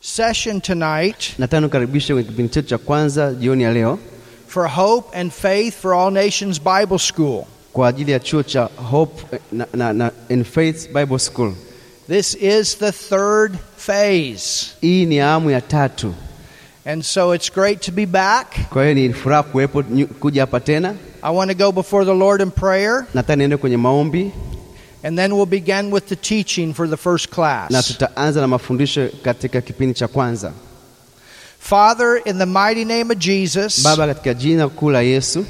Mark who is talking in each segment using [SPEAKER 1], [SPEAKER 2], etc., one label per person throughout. [SPEAKER 1] session tonight
[SPEAKER 2] nataka nikukaribishe kwenye kipindi chetu cha kwanza jioni ya leo
[SPEAKER 1] for Hope and Faith for All Nations Bible School.
[SPEAKER 2] kwa ajili ya chuo cha Hope eh, na, na, na, and Faith Bible School.
[SPEAKER 1] This is the third phase.
[SPEAKER 2] Hii ni awamu ya tatu,
[SPEAKER 1] And so it's great to be back.
[SPEAKER 2] kwa hiyo ni furaha kuwepo nyu- kuja hapa tena.
[SPEAKER 1] I want to go before the Lord in prayer,
[SPEAKER 2] Nataka niende kwenye maombi
[SPEAKER 1] and then we'll begin with the teaching for the first
[SPEAKER 2] na
[SPEAKER 1] class.
[SPEAKER 2] tutaanza na mafundisho katika kipindi cha kwanza.
[SPEAKER 1] Father, in the mighty name of Jesus,
[SPEAKER 2] Baba, katika jina kuu la Yesu,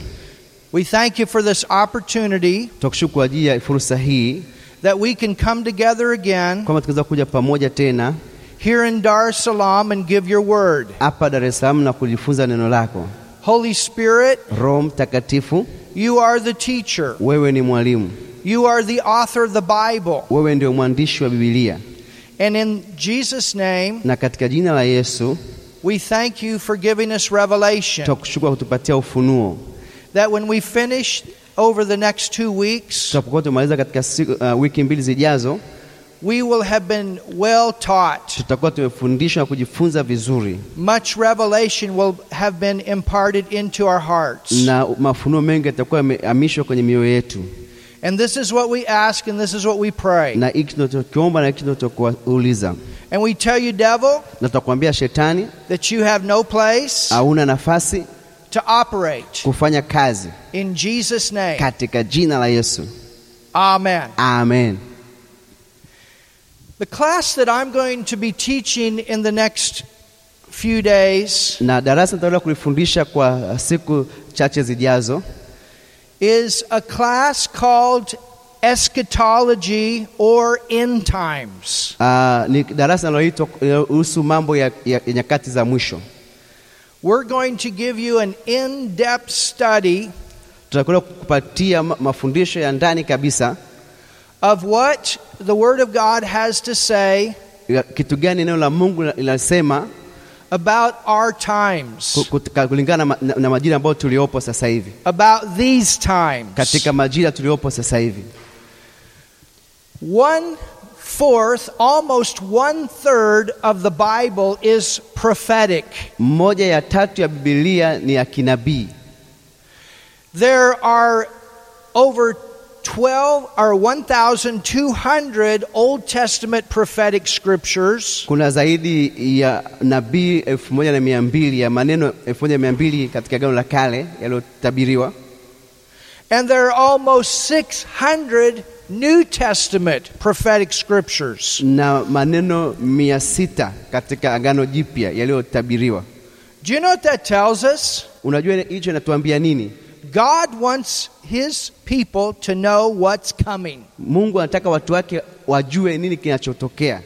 [SPEAKER 1] we thank you for this opportunity
[SPEAKER 2] tunakushukuru kwa ajili ya fursa hii
[SPEAKER 1] that we can come together again
[SPEAKER 2] kwamba tunaweza kuja pamoja tena
[SPEAKER 1] here in Dar es Salaam and give your word.
[SPEAKER 2] hapa Dar es Salaam na kujifunza neno lako.
[SPEAKER 1] Holy Spirit,
[SPEAKER 2] Roho Mtakatifu,
[SPEAKER 1] you are the teacher,
[SPEAKER 2] wewe ni mwalimu,
[SPEAKER 1] you are the author of the Bible.
[SPEAKER 2] wewe ndio mwandishi wa Biblia,
[SPEAKER 1] And in Jesus' name,
[SPEAKER 2] na katika jina la Yesu
[SPEAKER 1] we thank you for giving us revelation.
[SPEAKER 2] tutakushukuru kwa kutupatia ufunuo.
[SPEAKER 1] that when we finish over the next two weeks,
[SPEAKER 2] Tutapokuwa tumaliza katika siku, uh, wiki mbili zijazo,
[SPEAKER 1] we will have been well taught.
[SPEAKER 2] tutakuwa tumefundishwa na kujifunza vizuri,
[SPEAKER 1] Much revelation will have been imparted into our hearts.
[SPEAKER 2] na mafunuo mengi yatakuwa yamehamishwa kwenye mioyo yetu,
[SPEAKER 1] And this is what we ask and this is what we pray.
[SPEAKER 2] na hiki tunachokiomba na hiki tunachokuuliza,
[SPEAKER 1] And we tell you, devil,
[SPEAKER 2] na tutakwambia shetani,
[SPEAKER 1] that you have no place
[SPEAKER 2] hauna nafasi
[SPEAKER 1] to operate.
[SPEAKER 2] kufanya kazi
[SPEAKER 1] In Jesus' name.
[SPEAKER 2] katika jina la Yesu,
[SPEAKER 1] Amen.
[SPEAKER 2] amen.
[SPEAKER 1] The class that I'm going to be teaching in the next few days
[SPEAKER 2] Na darasa nitaenda kulifundisha kwa siku chache zijazo,
[SPEAKER 1] is a class called Eschatology or End Times.
[SPEAKER 2] uh, ni darasa linaloitwa uh, kuhusu mambo ya, ya, ya nyakati za mwisho.
[SPEAKER 1] We're going to give you an in depth study
[SPEAKER 2] Tutakwenda kupatia ma- mafundisho ya ndani kabisa
[SPEAKER 1] of what the Word of God has to say
[SPEAKER 2] ya kitu gani neno la Mungu la- linasema
[SPEAKER 1] about our
[SPEAKER 2] ku-
[SPEAKER 1] times,
[SPEAKER 2] kutika- kulingana na ma- na, na majira ambayo tuliopo sasa hivi,
[SPEAKER 1] about these times.
[SPEAKER 2] katika majira tuliopo sasa hivi.
[SPEAKER 1] One fourth, almost one third of the Bible is prophetic.
[SPEAKER 2] Moja ya tatu ya Biblia ni ya kinabii.
[SPEAKER 1] There are over 12 or 1,200 Old Testament prophetic scriptures,
[SPEAKER 2] Kuna zaidi ya nabii elfu moja na mia mbili ya maneno elfu moja na mia mbili katika Agano la Kale yaliyotabiriwa
[SPEAKER 1] and there are almost 600 New Testament prophetic scriptures.
[SPEAKER 2] na maneno mia sita katika Agano Jipya yaliyotabiriwa.
[SPEAKER 1] Do you know what that tells us?
[SPEAKER 2] Unajua hicho inatuambia nini?
[SPEAKER 1] God wants his people to know what's coming.
[SPEAKER 2] Mungu anataka watu wake wajue nini kinachotokea,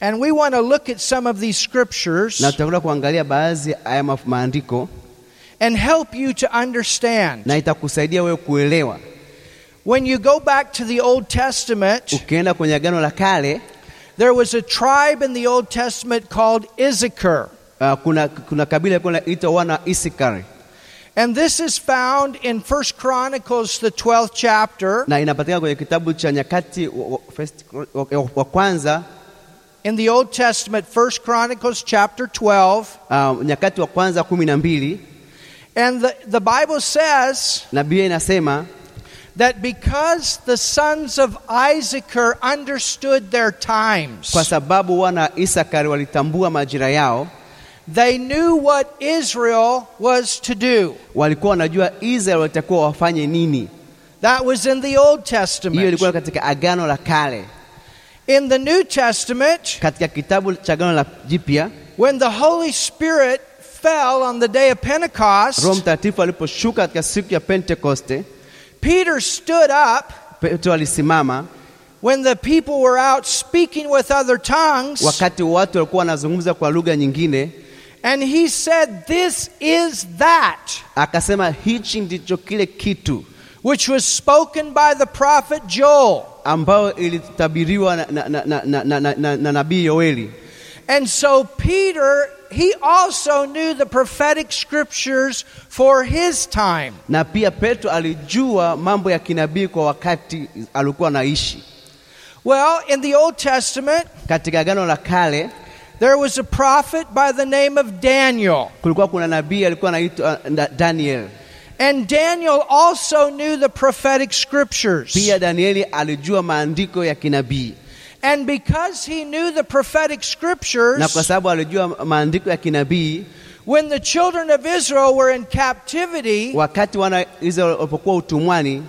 [SPEAKER 1] And we want to look at some of these scriptures
[SPEAKER 2] na tutakwenda kuangalia baadhi ya haya maf- maandiko
[SPEAKER 1] and help you to understand.
[SPEAKER 2] na itakusaidia wewe kuelewa.
[SPEAKER 1] When you go back to the Old Testament,
[SPEAKER 2] Ukienda kwenye Agano la Kale
[SPEAKER 1] there was a tribe in the Old Testament called Issachar.
[SPEAKER 2] uh, kuna, kuna kabila ilikuwa inaitwa wana wa Isakari
[SPEAKER 1] And this is found in First Chronicles, the 12th chapter,
[SPEAKER 2] na inapatikana kwenye kitabu cha Nyakati wa, wa, first, wa, wa, wa kwanza
[SPEAKER 1] in the Old Testament, First Chronicles chapter 12.
[SPEAKER 2] uh, Nyakati wa kwanza kumi na mbili
[SPEAKER 1] And the, the Bible says
[SPEAKER 2] na Biblia inasema
[SPEAKER 1] that because the sons of Issachar understood their times,
[SPEAKER 2] kwa sababu wana wa Isakari walitambua majira yao,
[SPEAKER 1] they knew what Israel was to do.
[SPEAKER 2] walikuwa wanajua Israeli walitakiwa wafanye nini.
[SPEAKER 1] That was in the Old
[SPEAKER 2] Hiyo
[SPEAKER 1] Testament.
[SPEAKER 2] ilikuwa katika Agano la Kale.
[SPEAKER 1] In the New Testament,
[SPEAKER 2] Katika kitabu cha Agano la Jipya,
[SPEAKER 1] when the Holy Spirit fell on the day of
[SPEAKER 2] Roho
[SPEAKER 1] Pentecost,
[SPEAKER 2] Mtakatifu aliposhuka katika siku ya Pentekoste,
[SPEAKER 1] Peter stood up
[SPEAKER 2] Petro alisimama
[SPEAKER 1] when the people were out speaking with other tongues,
[SPEAKER 2] wakati watu walikuwa wanazungumza kwa lugha nyingine,
[SPEAKER 1] and he said, This is that
[SPEAKER 2] akasema hichi ndicho kile kitu
[SPEAKER 1] which was spoken by the prophet Joel.
[SPEAKER 2] ambayo ilitabiriwa na, na, na, na, na, na, na, na, na nabii Yoeli.
[SPEAKER 1] And so Peter, he also knew the prophetic scriptures for his time.
[SPEAKER 2] Na pia Petro alijua mambo ya kinabii kwa wakati alikuwa anaishi.
[SPEAKER 1] Well, in the Old Testament,
[SPEAKER 2] Katika Agano la Kale
[SPEAKER 1] There was a prophet by the name of Daniel.
[SPEAKER 2] kulikuwa kuna nabii alikuwa anaitwa uh, Da- Daniel.
[SPEAKER 1] And Daniel also knew the prophetic scriptures.
[SPEAKER 2] Pia Danieli alijua maandiko ya kinabii,
[SPEAKER 1] And because he knew the prophetic
[SPEAKER 2] na kwa
[SPEAKER 1] scriptures,
[SPEAKER 2] sababu alijua maandiko ya kinabii,
[SPEAKER 1] when the children of Israel were in captivity
[SPEAKER 2] wakati wana Israeli walipokuwa utumwani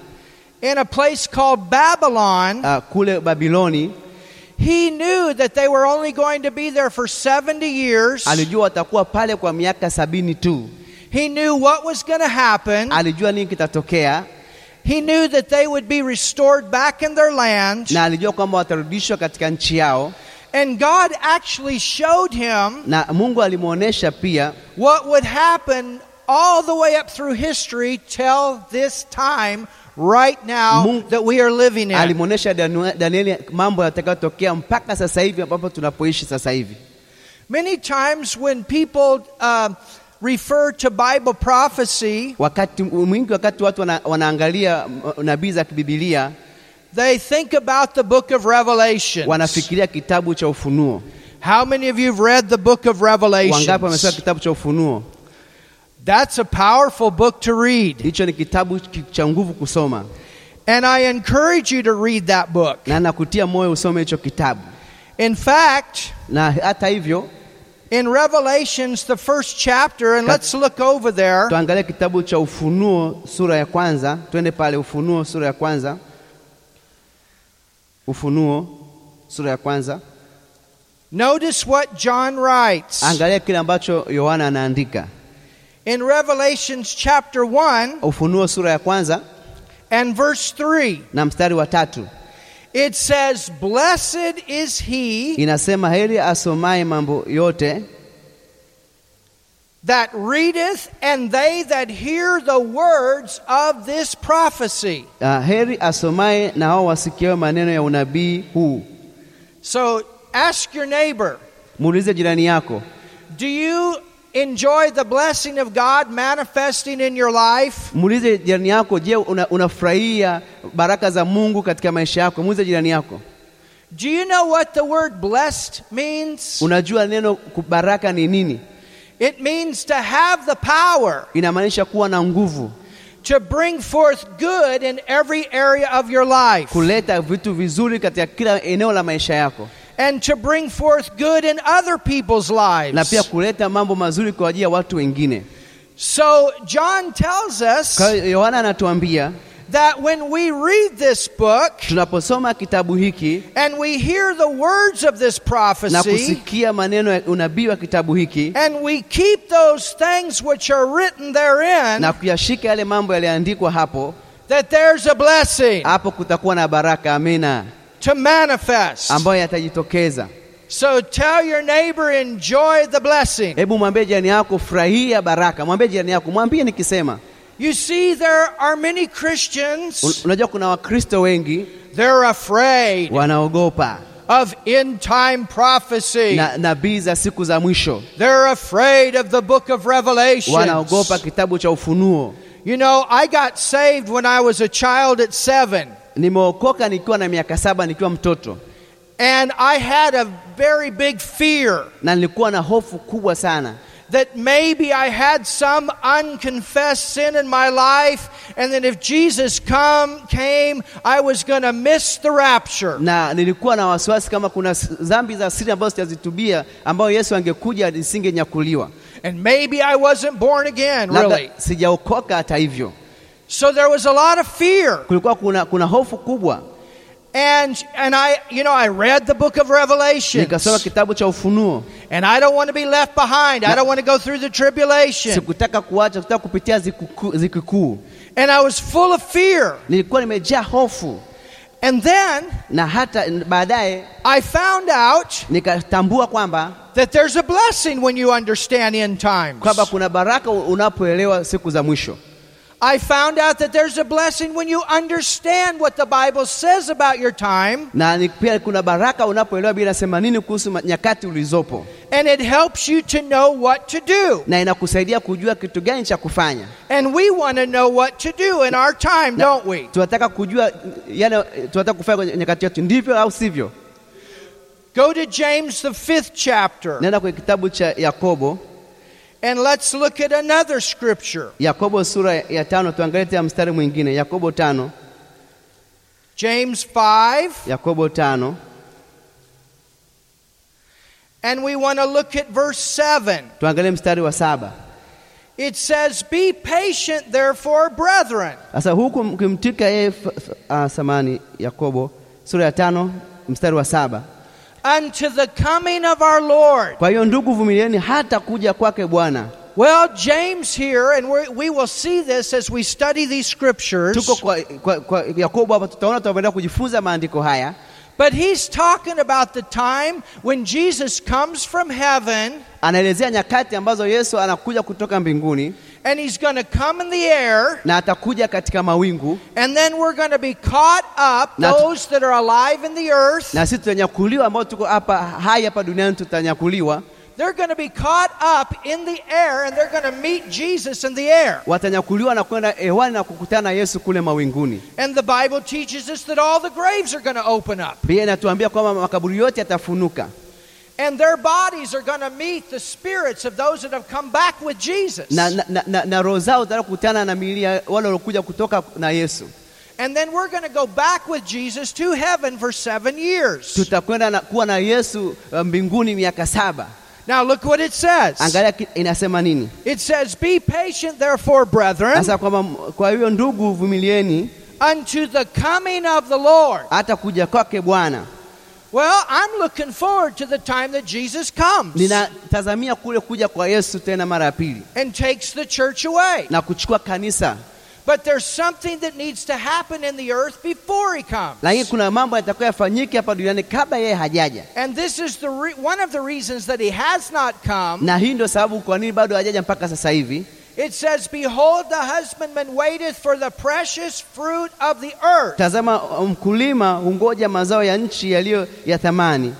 [SPEAKER 1] in a place called Babylon,
[SPEAKER 2] uh, kule Babiloni,
[SPEAKER 1] he knew that they were only going to be there for 70 years.
[SPEAKER 2] alijua watakuwa pale kwa miaka sabini tu.
[SPEAKER 1] He knew what was going to happen.
[SPEAKER 2] Alijua nini kitatokea,
[SPEAKER 1] He knew that they would be restored back in their land.
[SPEAKER 2] na alijua kwamba watarudishwa katika nchi yao,
[SPEAKER 1] And God actually showed him
[SPEAKER 2] na Mungu alimwonyesha pia
[SPEAKER 1] what would happen all the way up through history till this time right now
[SPEAKER 2] Mungu-
[SPEAKER 1] that we are living in.
[SPEAKER 2] alimwonyesha Danu- Danieli mambo yatakayotokea mpaka sasa hivi ambapo tunapoishi sasa hivi.
[SPEAKER 1] Many times when people uh, refer to Bible prophecy,
[SPEAKER 2] Wakati mwingi, wakati watu wana, wanaangalia mm, nabii za kibibilia
[SPEAKER 1] they think about the book of Revelation.
[SPEAKER 2] wanafikiria kitabu cha Ufunuo.
[SPEAKER 1] How many of you have read the book of Revelation?
[SPEAKER 2] Wangapi wamesoma kitabu cha Ufunuo?
[SPEAKER 1] That's a powerful book to read.
[SPEAKER 2] Hicho ni kitabu ki- cha nguvu kusoma,
[SPEAKER 1] And I encourage you to read that book.
[SPEAKER 2] na nakutia moyo usome hicho kitabu.
[SPEAKER 1] In fact,
[SPEAKER 2] Na hata hivyo
[SPEAKER 1] in Revelations, the first chapter, and let's look over there.
[SPEAKER 2] tuangalie kitabu cha Ufunuo sura ya kwanza, twende pale Ufunuo sura ya kwanza. Ufunuo sura ya kwanza,
[SPEAKER 1] Notice what John writes.
[SPEAKER 2] angalia kile ambacho Yohana anaandika.
[SPEAKER 1] In Revelations chapter 1
[SPEAKER 2] Ufunuo sura ya kwanza
[SPEAKER 1] and verse 3,
[SPEAKER 2] na mstari wa tatu
[SPEAKER 1] it says, Blessed is he
[SPEAKER 2] inasema, heri asomaye mambo yote
[SPEAKER 1] that readeth and they that hear the words of this prophecy.
[SPEAKER 2] Uh, heri asomaye na hao wasikiao maneno ya unabii huu.
[SPEAKER 1] So ask your neighbor,
[SPEAKER 2] Muulize jirani yako,
[SPEAKER 1] do you enjoy the blessing of God manifesting in your life?
[SPEAKER 2] muulize jirani yako, je, una, unafurahia baraka za Mungu katika maisha yako? Muulize jirani yako,
[SPEAKER 1] Do you know what the word blessed means?
[SPEAKER 2] unajua neno ku- baraka ni nini?
[SPEAKER 1] It means to have the power
[SPEAKER 2] Inamaanisha kuwa na nguvu,
[SPEAKER 1] to bring forth good in every area of your life
[SPEAKER 2] kuleta vitu vizuri katika kila eneo la maisha yako,
[SPEAKER 1] and to bring forth good in other people's
[SPEAKER 2] na pia
[SPEAKER 1] lives.
[SPEAKER 2] kuleta mambo mazuri kwa ajili ya watu wengine.
[SPEAKER 1] So, John tells us
[SPEAKER 2] Kwa hiyo Yohana anatuambia
[SPEAKER 1] that when we read this book,
[SPEAKER 2] tunaposoma kitabu hiki
[SPEAKER 1] and we hear the words of this
[SPEAKER 2] na
[SPEAKER 1] prophecy,
[SPEAKER 2] kusikia maneno ya unabii wa kitabu hiki
[SPEAKER 1] and we keep those things which are written
[SPEAKER 2] na
[SPEAKER 1] therein,
[SPEAKER 2] kuyashika yale mambo yaliyoandikwa hapo,
[SPEAKER 1] that there's a blessing
[SPEAKER 2] hapo kutakuwa na baraka, amina,
[SPEAKER 1] to manifest.
[SPEAKER 2] ambayo yatajitokeza.
[SPEAKER 1] So tell your neighbor, enjoy the blessing.
[SPEAKER 2] Hebu mwambie jirani yako, furahia baraka. Mwambie jirani yako, mwambie nikisema.
[SPEAKER 1] You see, there are many
[SPEAKER 2] Un-
[SPEAKER 1] Christians,
[SPEAKER 2] Unajua kuna Wakristo wengi
[SPEAKER 1] they're afraid
[SPEAKER 2] wanaogopa
[SPEAKER 1] of end time prophecy.
[SPEAKER 2] na nabii za siku za mwisho,
[SPEAKER 1] They're afraid of the book of Revelation.
[SPEAKER 2] wanaogopa kitabu cha Ufunuo.
[SPEAKER 1] You know, I got saved when I was a child at seven.
[SPEAKER 2] Nimeokoka nikiwa na miaka saba, nikiwa mtoto,
[SPEAKER 1] And I had a very big fear
[SPEAKER 2] na nilikuwa na hofu kubwa sana
[SPEAKER 1] that maybe I had some unconfessed sin in my life, and that if Jesus come came, I was going to miss the rapture.
[SPEAKER 2] na nilikuwa na wasiwasi kama kuna s- dhambi za siri ambazo sitazitubia, ambayo Yesu angekuja nisingenyakuliwa,
[SPEAKER 1] And maybe I wasn't born again, really.
[SPEAKER 2] labda sijaokoka. Hata hivyo
[SPEAKER 1] So there was a lot of fear.
[SPEAKER 2] kulikuwa kuna, kuna hofu kubwa.
[SPEAKER 1] And and I you know, I read the book of Revelation.
[SPEAKER 2] Nikasoma kitabu cha Ufunuo,
[SPEAKER 1] And I don't want to be left behind. I
[SPEAKER 2] Na-
[SPEAKER 1] don't want to go through the tribulation.
[SPEAKER 2] sikutaka kuacha, sikutaka kupitia zikuku- dhiki kuu.
[SPEAKER 1] And I was full of fear.
[SPEAKER 2] Nilikuwa nimejaa hofu,
[SPEAKER 1] And then
[SPEAKER 2] na hata n- baadaye
[SPEAKER 1] I found out
[SPEAKER 2] nikatambua kwamba
[SPEAKER 1] that there's a blessing when you understand end times.
[SPEAKER 2] kwamba kuna baraka u- unapoelewa siku za mwisho.
[SPEAKER 1] I found out that there's a blessing when you understand what the Bible says about your time,
[SPEAKER 2] Na ni- pia kuna baraka unapoelewa bila sema nini kuhusu ma- nyakati ulizopo,
[SPEAKER 1] and it helps you to know what to do.
[SPEAKER 2] na inakusaidia kujua kitu gani cha kufanya.
[SPEAKER 1] And we want to know what to do in our time, don't we?
[SPEAKER 2] Tunataka kujua yale tunataka kufanya kwenye nyakati yetu, ndivyo au sivyo?
[SPEAKER 1] Go to James, the fifth chapter,
[SPEAKER 2] Nenda kwenye kitabu cha Yakobo,
[SPEAKER 1] and let's look at another scripture.
[SPEAKER 2] Yakobo sura ya tano, tuangalie tena mstari mwingine, Yakobo tano,
[SPEAKER 1] James 5,
[SPEAKER 2] Yakobo tano,
[SPEAKER 1] and we want to look at verse 7.
[SPEAKER 2] tuangalie mstari wa saba.
[SPEAKER 1] It says, Be patient, therefore, brethren.
[SPEAKER 2] Sasa huku mkimtika yeye f- f- ah, samani Yakobo sura ya tano mstari wa saba.
[SPEAKER 1] unto the coming of our Lord.
[SPEAKER 2] Kwa hiyo ndugu, vumilieni hata kuja kwake Bwana.
[SPEAKER 1] Well, James here, and we're, we will see this as we study these scriptures,
[SPEAKER 2] Tuko kwa, kwa, kwa Yakobo hapa, tutaona tutaendelea kujifunza maandiko haya,
[SPEAKER 1] but he's talking about the time when Jesus comes from heaven
[SPEAKER 2] anaelezea nyakati ambazo Yesu anakuja kutoka mbinguni
[SPEAKER 1] and he's going to come in the air,
[SPEAKER 2] na atakuja katika mawingu,
[SPEAKER 1] and then we're going to be caught up,
[SPEAKER 2] Not-
[SPEAKER 1] those that are alive in the earth,
[SPEAKER 2] na sisi tutanyakuliwa, ambao tuko hapa hai hapa duniani tutanyakuliwa,
[SPEAKER 1] they're going to be caught up in the air and they're going to meet Jesus in the air.
[SPEAKER 2] watanyakuliwa na kwenda hewani na kukutana na Yesu kule mawinguni.
[SPEAKER 1] And the Bible teaches us that all the graves are going to open up
[SPEAKER 2] Pia inatuambia kwamba makaburi yote yatafunuka
[SPEAKER 1] and their bodies are going to meet the spirits of those that have come back with Jesus.
[SPEAKER 2] na, na, na, na, na roho zao zitaenda kukutana na miili ya wale waliokuja kutoka na Yesu.
[SPEAKER 1] And then we're going to go back with Jesus to heaven for seven years.
[SPEAKER 2] Tutakwenda na, kuwa na Yesu uh, mbinguni miaka saba.
[SPEAKER 1] Now, look what it says
[SPEAKER 2] Angalia ki- inasema nini
[SPEAKER 1] it says, Be patient, therefore, brethren,
[SPEAKER 2] sasa, kwamba m- kwa hiyo ndugu, vumilieni
[SPEAKER 1] unto the coming of the Lord.
[SPEAKER 2] hata kuja kwake Bwana.
[SPEAKER 1] Well, I'm looking forward to the time that Jesus comes
[SPEAKER 2] Ninatazamia kule kuja kwa Yesu tena mara ya pili
[SPEAKER 1] and takes the church away.
[SPEAKER 2] na kuchukua kanisa,
[SPEAKER 1] But there's something that needs to happen in the earth before he comes.
[SPEAKER 2] lakini kuna mambo yatakuwa yafanyike hapa duniani kabla yeye hajaja,
[SPEAKER 1] And this is the re- one of the reasons that he has not come.
[SPEAKER 2] na hii ndio sababu kwa nini bado hajaja mpaka sasa hivi.
[SPEAKER 1] It says, Behold, the husbandman waiteth for the precious fruit of the earth.
[SPEAKER 2] Tazama, um, mkulima hungoja mazao ya nchi yaliyo ya thamani.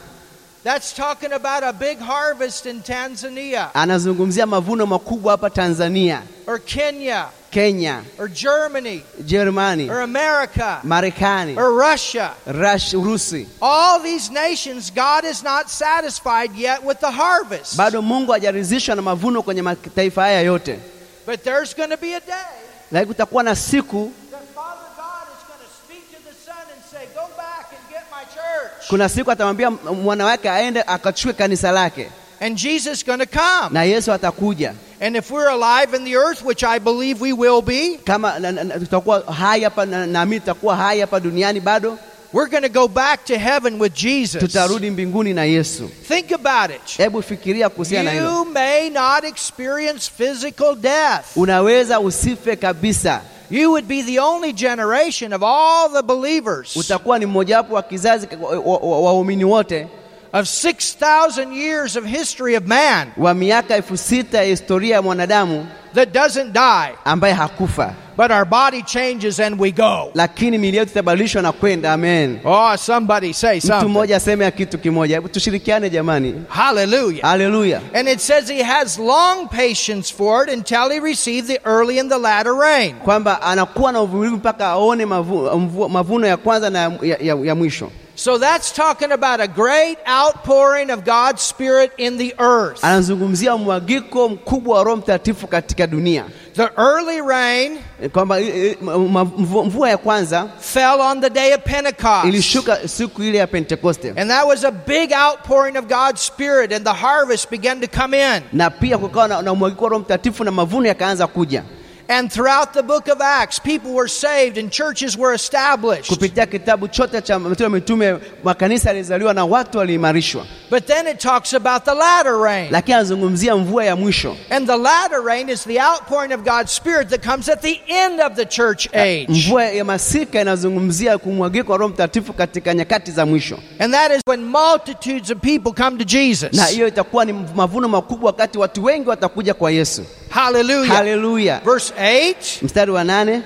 [SPEAKER 1] That's talking about a big harvest in Tanzania
[SPEAKER 2] Anazungumzia mavuno makubwa hapa Tanzania,
[SPEAKER 1] or Kenya
[SPEAKER 2] Kenya,
[SPEAKER 1] or Germany
[SPEAKER 2] Jerumani,
[SPEAKER 1] or America
[SPEAKER 2] Marekani,
[SPEAKER 1] or Russia.
[SPEAKER 2] Rush, Urusi.
[SPEAKER 1] All these nations, God is not satisfied yet with the harvest.
[SPEAKER 2] Bado Mungu hajaridhishwa na mavuno kwenye mataifa haya yote,
[SPEAKER 1] But there's going to be a day
[SPEAKER 2] lakini kutakuwa na siku,
[SPEAKER 1] that Father God is going to speak to the Son and say, Go back and get my church.
[SPEAKER 2] kuna siku atamwambia mwana wake aende akachukue kanisa lake,
[SPEAKER 1] And Jesus is going to come.
[SPEAKER 2] na Yesu atakuja
[SPEAKER 1] And if we're alive in the earth, which I believe we will be,
[SPEAKER 2] kama na- na- na- tutakuwa hai hapa na- nami tutakuwa hai hapa duniani bado,
[SPEAKER 1] we're going to go back to heaven with Jesus.
[SPEAKER 2] tutarudi mbinguni na Yesu.
[SPEAKER 1] Think about it.
[SPEAKER 2] Hebu fikiria kuhusiana na hilo.
[SPEAKER 1] You may not experience physical death.
[SPEAKER 2] Unaweza usife kabisa,
[SPEAKER 1] You would be the only generation of all the believers
[SPEAKER 2] utakuwa ni mmojawapo wa kizazi wa- wa- wa- waumini wote
[SPEAKER 1] of 6,000 years of history of man
[SPEAKER 2] wa miaka elfu sita ya historia ya mwanadamu
[SPEAKER 1] that doesn't die,
[SPEAKER 2] ambaye hakufa,
[SPEAKER 1] but our body changes and we go.
[SPEAKER 2] lakini miili yetu itabadilishwa na kwenda. Amen.
[SPEAKER 1] Oh, somebody say
[SPEAKER 2] Mtu
[SPEAKER 1] something.
[SPEAKER 2] mmoja aseme ya kitu kimoja. Hebu tushirikiane jamani,
[SPEAKER 1] Hallelujah.
[SPEAKER 2] haleluya.
[SPEAKER 1] And it says he has long patience for it until he received the early and the latter rain.
[SPEAKER 2] kwamba anakuwa na uvumilivu mpaka aone mavu, mvu- mavuno ya kwanza na ya, ya, ya mwisho.
[SPEAKER 1] So that's talking about a great outpouring of God's Spirit in the earth.
[SPEAKER 2] Anazungumzia mwagiko mkubwa wa Roho Mtakatifu katika dunia, E,
[SPEAKER 1] The early rain
[SPEAKER 2] kwamba i- i- ma- ma- mvua, mvua ya kwanza
[SPEAKER 1] fell on the day of Pentecost.
[SPEAKER 2] ilishuka siku ile ya Pentekoste,
[SPEAKER 1] And that was a big outpouring of God's Spirit, and the harvest began to come in.
[SPEAKER 2] na pia kukawa na, na mwagiko wa Roho Mtakatifu na mavuno yakaanza kuja.
[SPEAKER 1] And throughout the book of Acts, people were saved and churches were established.
[SPEAKER 2] Kupitia kitabu chote cha Matendo ya Mitume, makanisa yalizaliwa na watu waliimarishwa,
[SPEAKER 1] But then it talks about the latter rain.
[SPEAKER 2] lakini anazungumzia mvua ya mwisho.
[SPEAKER 1] And the latter rain is the outpouring of God's Spirit that comes at the end of the church age.
[SPEAKER 2] Mvua ya masika inazungumzia kumwagika kwa Roho Mtakatifu katika nyakati za mwisho,
[SPEAKER 1] And that is when multitudes of people come to Jesus.
[SPEAKER 2] na hiyo itakuwa ni mavuno makubwa, wakati watu wengi watakuja kwa Yesu.
[SPEAKER 1] Hallelujah.
[SPEAKER 2] Haleluya!
[SPEAKER 1] Verse 8
[SPEAKER 2] Mstari wa nane,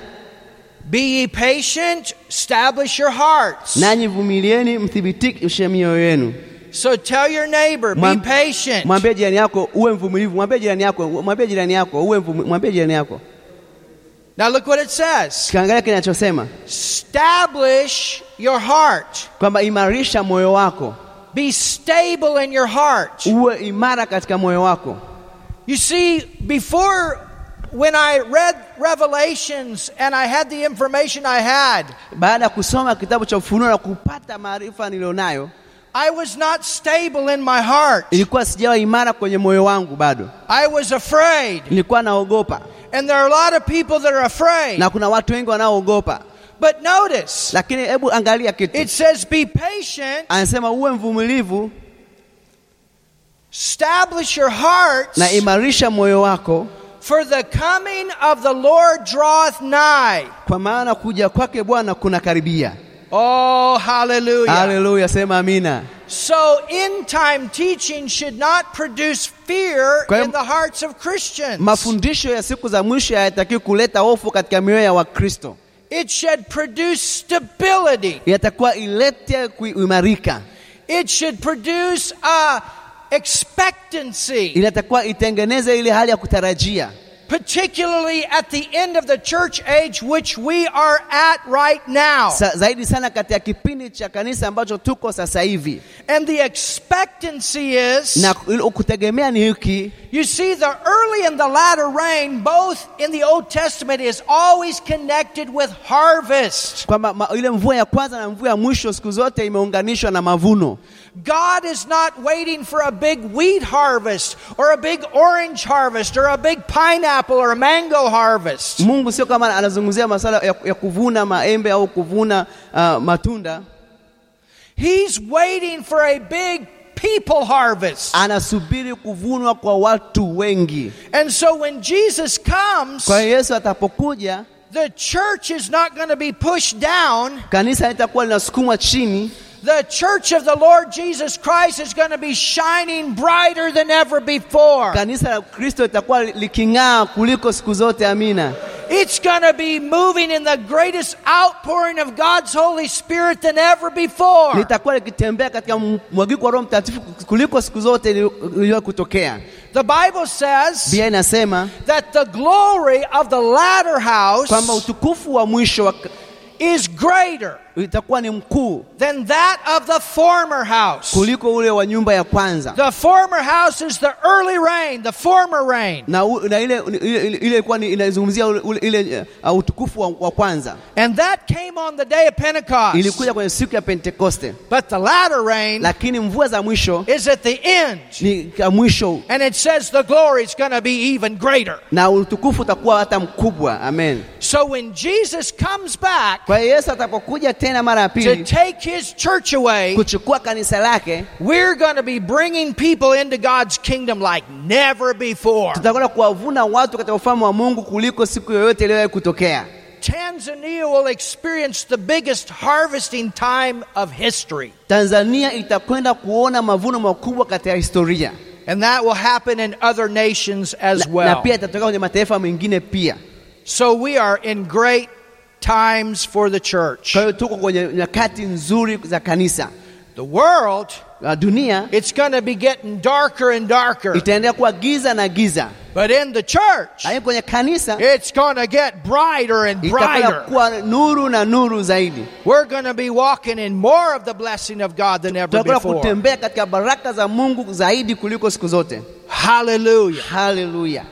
[SPEAKER 1] Be ye patient, establish your hearts.
[SPEAKER 2] nanyi vumilieni, mthibitishe mioyo yenu.
[SPEAKER 1] So tell your neighbor, be
[SPEAKER 2] Mwam-
[SPEAKER 1] patient.
[SPEAKER 2] Mwambie jirani yako uwe mvumilivu, mwambie jirani yako, mwambie jirani yako uwe mvumilivu, mwambie jirani yako.
[SPEAKER 1] Now look what it says.
[SPEAKER 2] Kiangalia kinachosema
[SPEAKER 1] Establish your heart.
[SPEAKER 2] kwamba imarisha moyo wako,
[SPEAKER 1] Be stable in your heart.
[SPEAKER 2] uwe imara katika moyo wako.
[SPEAKER 1] You see, before when I read Revelations and I had the information I had,
[SPEAKER 2] Baada ya kusoma kitabu cha Ufunuo na kupata maarifa nilionayo,
[SPEAKER 1] I was not stable in my heart.
[SPEAKER 2] ilikuwa sijawa imara kwenye moyo wangu bado,
[SPEAKER 1] I was afraid.
[SPEAKER 2] nilikuwa naogopa,
[SPEAKER 1] And there are a lot of people that are afraid.
[SPEAKER 2] na kuna watu wengi wanaoogopa.
[SPEAKER 1] But notice,
[SPEAKER 2] Lakini hebu angalia kitu
[SPEAKER 1] it says, Be patient,
[SPEAKER 2] anasema, uwe mvumilivu
[SPEAKER 1] establish your hearts,
[SPEAKER 2] na imarisha moyo wako,
[SPEAKER 1] for the coming of the Lord draweth nigh.
[SPEAKER 2] kwa maana kuja kwake Bwana kuna karibia.
[SPEAKER 1] Oh, hallelujah.
[SPEAKER 2] Haleluya, sema amina.
[SPEAKER 1] So, end time teaching should not produce fear
[SPEAKER 2] Kwa hiyo-
[SPEAKER 1] in the hearts of Christians.
[SPEAKER 2] Mafundisho ya siku za mwisho hayatakiwi kuleta hofu katika mioyo ya Wakristo,
[SPEAKER 1] It should produce stability.
[SPEAKER 2] yatakuwa ilete kuimarika,
[SPEAKER 1] It should produce uh, expectancy,
[SPEAKER 2] inatakuwa itengeneze ile hali ya kutarajia,
[SPEAKER 1] particularly at the end of the church age, which we are at right now.
[SPEAKER 2] Sa, zaidi sana katika kipindi cha kanisa ambacho tuko sasa hivi,
[SPEAKER 1] And the expectancy is
[SPEAKER 2] na ku- kutegemea ni hiki
[SPEAKER 1] you see, the early and the latter rain, both in the Old Testament, is always connected with harvest.
[SPEAKER 2] kwamba ma- ile mvua ya kwanza na mvua ya mwisho siku zote imeunganishwa na mavuno.
[SPEAKER 1] God is not waiting for a big wheat harvest or a big orange harvest or a big pineapple or a mango harvest.
[SPEAKER 2] Mungu sio kama anazungumzia masuala ya, ya kuvuna maembe au kuvuna uh, matunda,
[SPEAKER 1] He's waiting for a big people harvest.
[SPEAKER 2] anasubiri kuvunwa kwa watu wengi.
[SPEAKER 1] And so when Jesus comes,
[SPEAKER 2] Kwa hiyo Yesu atapokuja,
[SPEAKER 1] the church is not going to be pushed down.
[SPEAKER 2] kanisa litakuwa linasukumwa chini,
[SPEAKER 1] The church of the Lord Jesus Christ is going to be shining brighter than ever before.
[SPEAKER 2] kanisa la Kristo litakuwa liking'aa kuliko siku zote. Amina.
[SPEAKER 1] It's going to be moving in the greatest outpouring of God's Holy Spirit than ever before.
[SPEAKER 2] litakuwa likitembea katika m- mwagiko wa Roho Mtakatifu kuliko siku zote iliyowahi kutokea.
[SPEAKER 1] The Bible says
[SPEAKER 2] Biblia inasema
[SPEAKER 1] that the glory of the latter house
[SPEAKER 2] kwamba utukufu wa mwisho wa-
[SPEAKER 1] is greater
[SPEAKER 2] itakuwa ni mkuu
[SPEAKER 1] than that of the former house.
[SPEAKER 2] kuliko ule wa nyumba ya kwanza,
[SPEAKER 1] The former house is the early rain, the former rain.
[SPEAKER 2] na, u- na ile ile- ile- ile ilikuwa ni- inazungumzia ule- ule- ile uh, utukufu wa, wa kwanza
[SPEAKER 1] And that came on the day of Pentecost.
[SPEAKER 2] ilikuja kwenye siku ya Pentekoste,
[SPEAKER 1] But the latter rain
[SPEAKER 2] lakini mvua za mwisho
[SPEAKER 1] is at the end.
[SPEAKER 2] ni ya mwisho
[SPEAKER 1] And it says the glory is going to be even greater.
[SPEAKER 2] na utukufu utakuwa hata mkubwa. Amen.
[SPEAKER 1] So when Jesus comes back
[SPEAKER 2] Kwa hiyo Yesu atapokuja tena mara ya
[SPEAKER 1] to
[SPEAKER 2] pili
[SPEAKER 1] take his church away,
[SPEAKER 2] kuchukua kanisa lake,
[SPEAKER 1] we're going to be bringing people into God's kingdom like never before.
[SPEAKER 2] tutakwenda kuwavuna watu katika ufalme wa Mungu kuliko siku yoyote iliyowahi kutokea.
[SPEAKER 1] Tanzania will experience the biggest harvesting time of history.
[SPEAKER 2] Tanzania itakwenda kuona mavuno makubwa katika historia
[SPEAKER 1] And that will happen in other nations as
[SPEAKER 2] na,
[SPEAKER 1] well.
[SPEAKER 2] na pia itatokea kwenye mataifa mengine pia.
[SPEAKER 1] So we are in great times for the church.
[SPEAKER 2] Kwa hiyo tuko kwenye nyakati nzuri za kanisa.
[SPEAKER 1] The world,
[SPEAKER 2] Na Dunia
[SPEAKER 1] it's going to be getting darker and darker.
[SPEAKER 2] itaendelea kuwa giza na giza,
[SPEAKER 1] But in the church,
[SPEAKER 2] lakini kwenye kanisa
[SPEAKER 1] it's going to get brighter and
[SPEAKER 2] itakwenda
[SPEAKER 1] brighter.
[SPEAKER 2] kuwa nuru na nuru zaidi.
[SPEAKER 1] We're going to be walking in more of the blessing of God than ever
[SPEAKER 2] Tutakwenda
[SPEAKER 1] before.
[SPEAKER 2] kutembea katika baraka za Mungu zaidi kuliko siku zote.
[SPEAKER 1] Hallelujah.
[SPEAKER 2] Haleluya.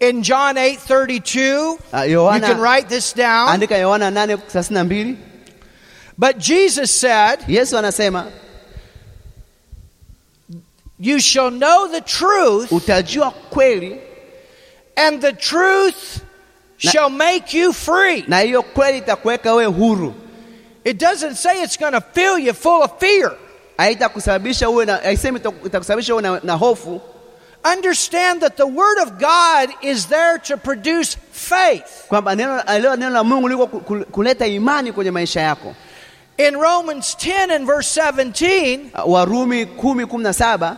[SPEAKER 1] In John 8:32,
[SPEAKER 2] Ah,
[SPEAKER 1] you can
[SPEAKER 2] Yohana,
[SPEAKER 1] write this down.
[SPEAKER 2] andika Yohana 8:32.
[SPEAKER 1] But Jesus said,
[SPEAKER 2] Yesu anasema
[SPEAKER 1] "You shall know the truth,
[SPEAKER 2] utajua kweli
[SPEAKER 1] and the truth
[SPEAKER 2] Na-
[SPEAKER 1] shall make you free."
[SPEAKER 2] na hiyo kweli itakuweka wewe huru.
[SPEAKER 1] It doesn't say it's going to fill you full of fear.
[SPEAKER 2] Haitakusababisha uwe na haisemi ita- itakusababisha uwe na, na hofu.
[SPEAKER 1] Understand that the Word of God is there to produce faith.
[SPEAKER 2] Kwamba neno leo neno la Mungu liko ku- ku- kuleta imani kwenye maisha yako.
[SPEAKER 1] In Romans 10 and verse 17,
[SPEAKER 2] Ah, Warumi 10:17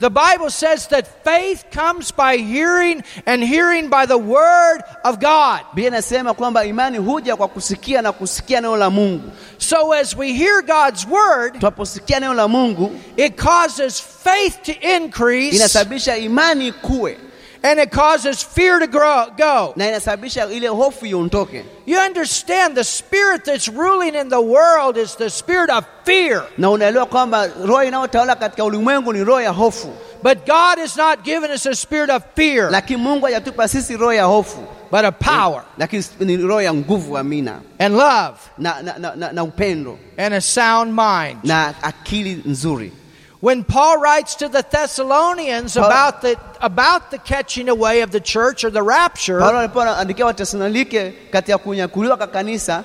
[SPEAKER 1] the Bible says that faith comes by hearing and hearing by the Word of God.
[SPEAKER 2] Biblia inasema kwamba imani huja kwa kusikia na kusikia neno la Mungu.
[SPEAKER 1] So as we hear God's Word,
[SPEAKER 2] Tunaposikia neno la Mungu
[SPEAKER 1] it causes faith to increase
[SPEAKER 2] inasababisha imani ikue,
[SPEAKER 1] and it causes fear to grow, go.
[SPEAKER 2] na inasababisha ile hofu iondoke.
[SPEAKER 1] You understand the spirit that's ruling in the world is the spirit of fear.
[SPEAKER 2] Na unaelewa kwamba roho inayotawala katika ulimwengu ni roho ya hofu,
[SPEAKER 1] But God has not given us a spirit of fear,
[SPEAKER 2] lakini Mungu hajatupa sisi roho ya hofu, Eh,
[SPEAKER 1] but of power
[SPEAKER 2] lakini ni roho ya nguvu, amina,
[SPEAKER 1] and love
[SPEAKER 2] na, na, na, na, na upendo
[SPEAKER 1] and a sound mind.
[SPEAKER 2] na akili nzuri.
[SPEAKER 1] When Paul writes to the Thessalonians
[SPEAKER 2] Paul-
[SPEAKER 1] about the about the catching away of the church or the
[SPEAKER 2] Paulo
[SPEAKER 1] rapture,
[SPEAKER 2] alipokuwa anaandikia Watesalonike katika kunyakuliwa kwa kanisa,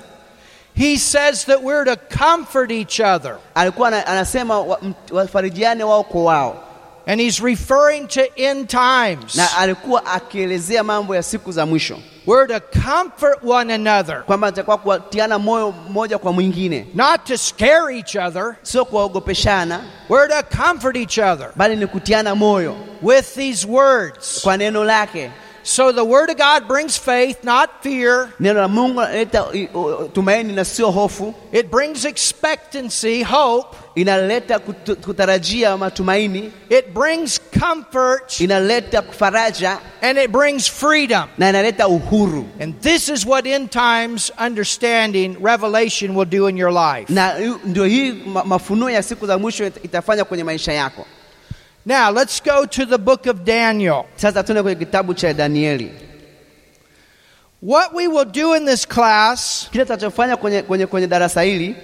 [SPEAKER 1] he says that we're to comfort each other.
[SPEAKER 2] alikuwa ana- anasema wa- m- wafarijiane wao kwa wao,
[SPEAKER 1] And he's referring to end times.
[SPEAKER 2] na alikuwa akielezea mambo ya siku za mwisho
[SPEAKER 1] We're to comfort one another,
[SPEAKER 2] kwamba atakuwa kuwatiana moyo mmoja kwa mwingine,
[SPEAKER 1] not to scare each other.
[SPEAKER 2] sio kuwaogopeshana,
[SPEAKER 1] We're to comfort each other
[SPEAKER 2] bali ni kutiana moyo
[SPEAKER 1] with these words.
[SPEAKER 2] kwa neno lake.
[SPEAKER 1] So the Word of God brings faith, not fear.
[SPEAKER 2] Neno la Mungu linaleta i- o- tumaini na sio hofu,
[SPEAKER 1] It brings expectancy, hope.
[SPEAKER 2] inaleta kutu- kutarajia matumaini,
[SPEAKER 1] It brings comfort,
[SPEAKER 2] inaleta faraja
[SPEAKER 1] and it brings freedom.
[SPEAKER 2] na inaleta uhuru.
[SPEAKER 1] And this is what end times understanding, revelation will do in your life.
[SPEAKER 2] na yu- ndio hii ma- mafunuo ya siku za mwisho it- itafanya kwenye maisha yako.
[SPEAKER 1] Now, let's go to the book of Daniel.
[SPEAKER 2] Sasa tuende kwenye kitabu cha Danieli.
[SPEAKER 1] What we will do in this class
[SPEAKER 2] Kile tunachofanya kwenye, kwenye, kwenye darasa hili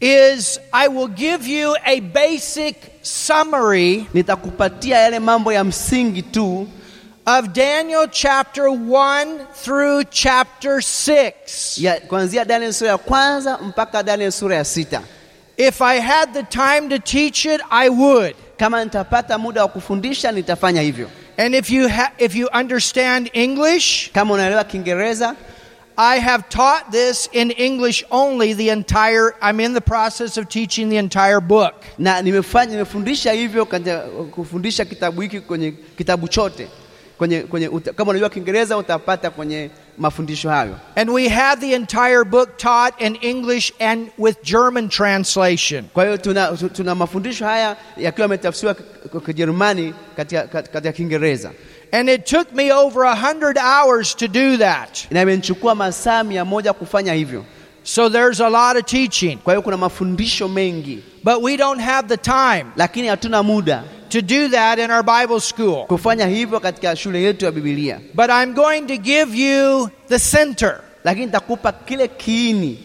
[SPEAKER 1] is I will give you a basic summary
[SPEAKER 2] nitakupatia yale mambo ya msingi tu
[SPEAKER 1] of Daniel chapter 1 through chapter 6.
[SPEAKER 2] ya kuanzia Daniel sura ya kwanza mpaka Daniel sura ya sita.
[SPEAKER 1] If I had the time to teach it, I would.
[SPEAKER 2] Kama nitapata muda wa kufundisha nitafanya hivyo.
[SPEAKER 1] And if you ha- if you understand English,
[SPEAKER 2] Kama unaelewa Kiingereza,
[SPEAKER 1] I have taught this in English only the entire I'm in the process of teaching the entire book.
[SPEAKER 2] na nimefanya nimefundisha hivyo katika kufundisha kitabu hiki kwenye kitabu chote kwenye, kwenye, uta, kama unajua Kiingereza utapata kwenye mafundisho hayo.
[SPEAKER 1] And we have the entire book taught in English and with German translation.
[SPEAKER 2] Kwa hiyo tuna, tu- tuna mafundisho haya yakiwa yametafsiriwa k- kwa Kijerumani katika, kat- katika Kiingereza
[SPEAKER 1] And it took me over a hundred hours to do that.
[SPEAKER 2] na imenichukua masaa mia moja kufanya hivyo.
[SPEAKER 1] So there's a lot of teaching,
[SPEAKER 2] Kwa hiyo kuna mafundisho mengi,
[SPEAKER 1] but we don't have the time
[SPEAKER 2] lakini hatuna muda
[SPEAKER 1] to do that in our Bible school.
[SPEAKER 2] kufanya hivyo katika shule yetu ya Biblia,
[SPEAKER 1] But I'm going to give you the center.
[SPEAKER 2] lakini nitakupa kile kiini,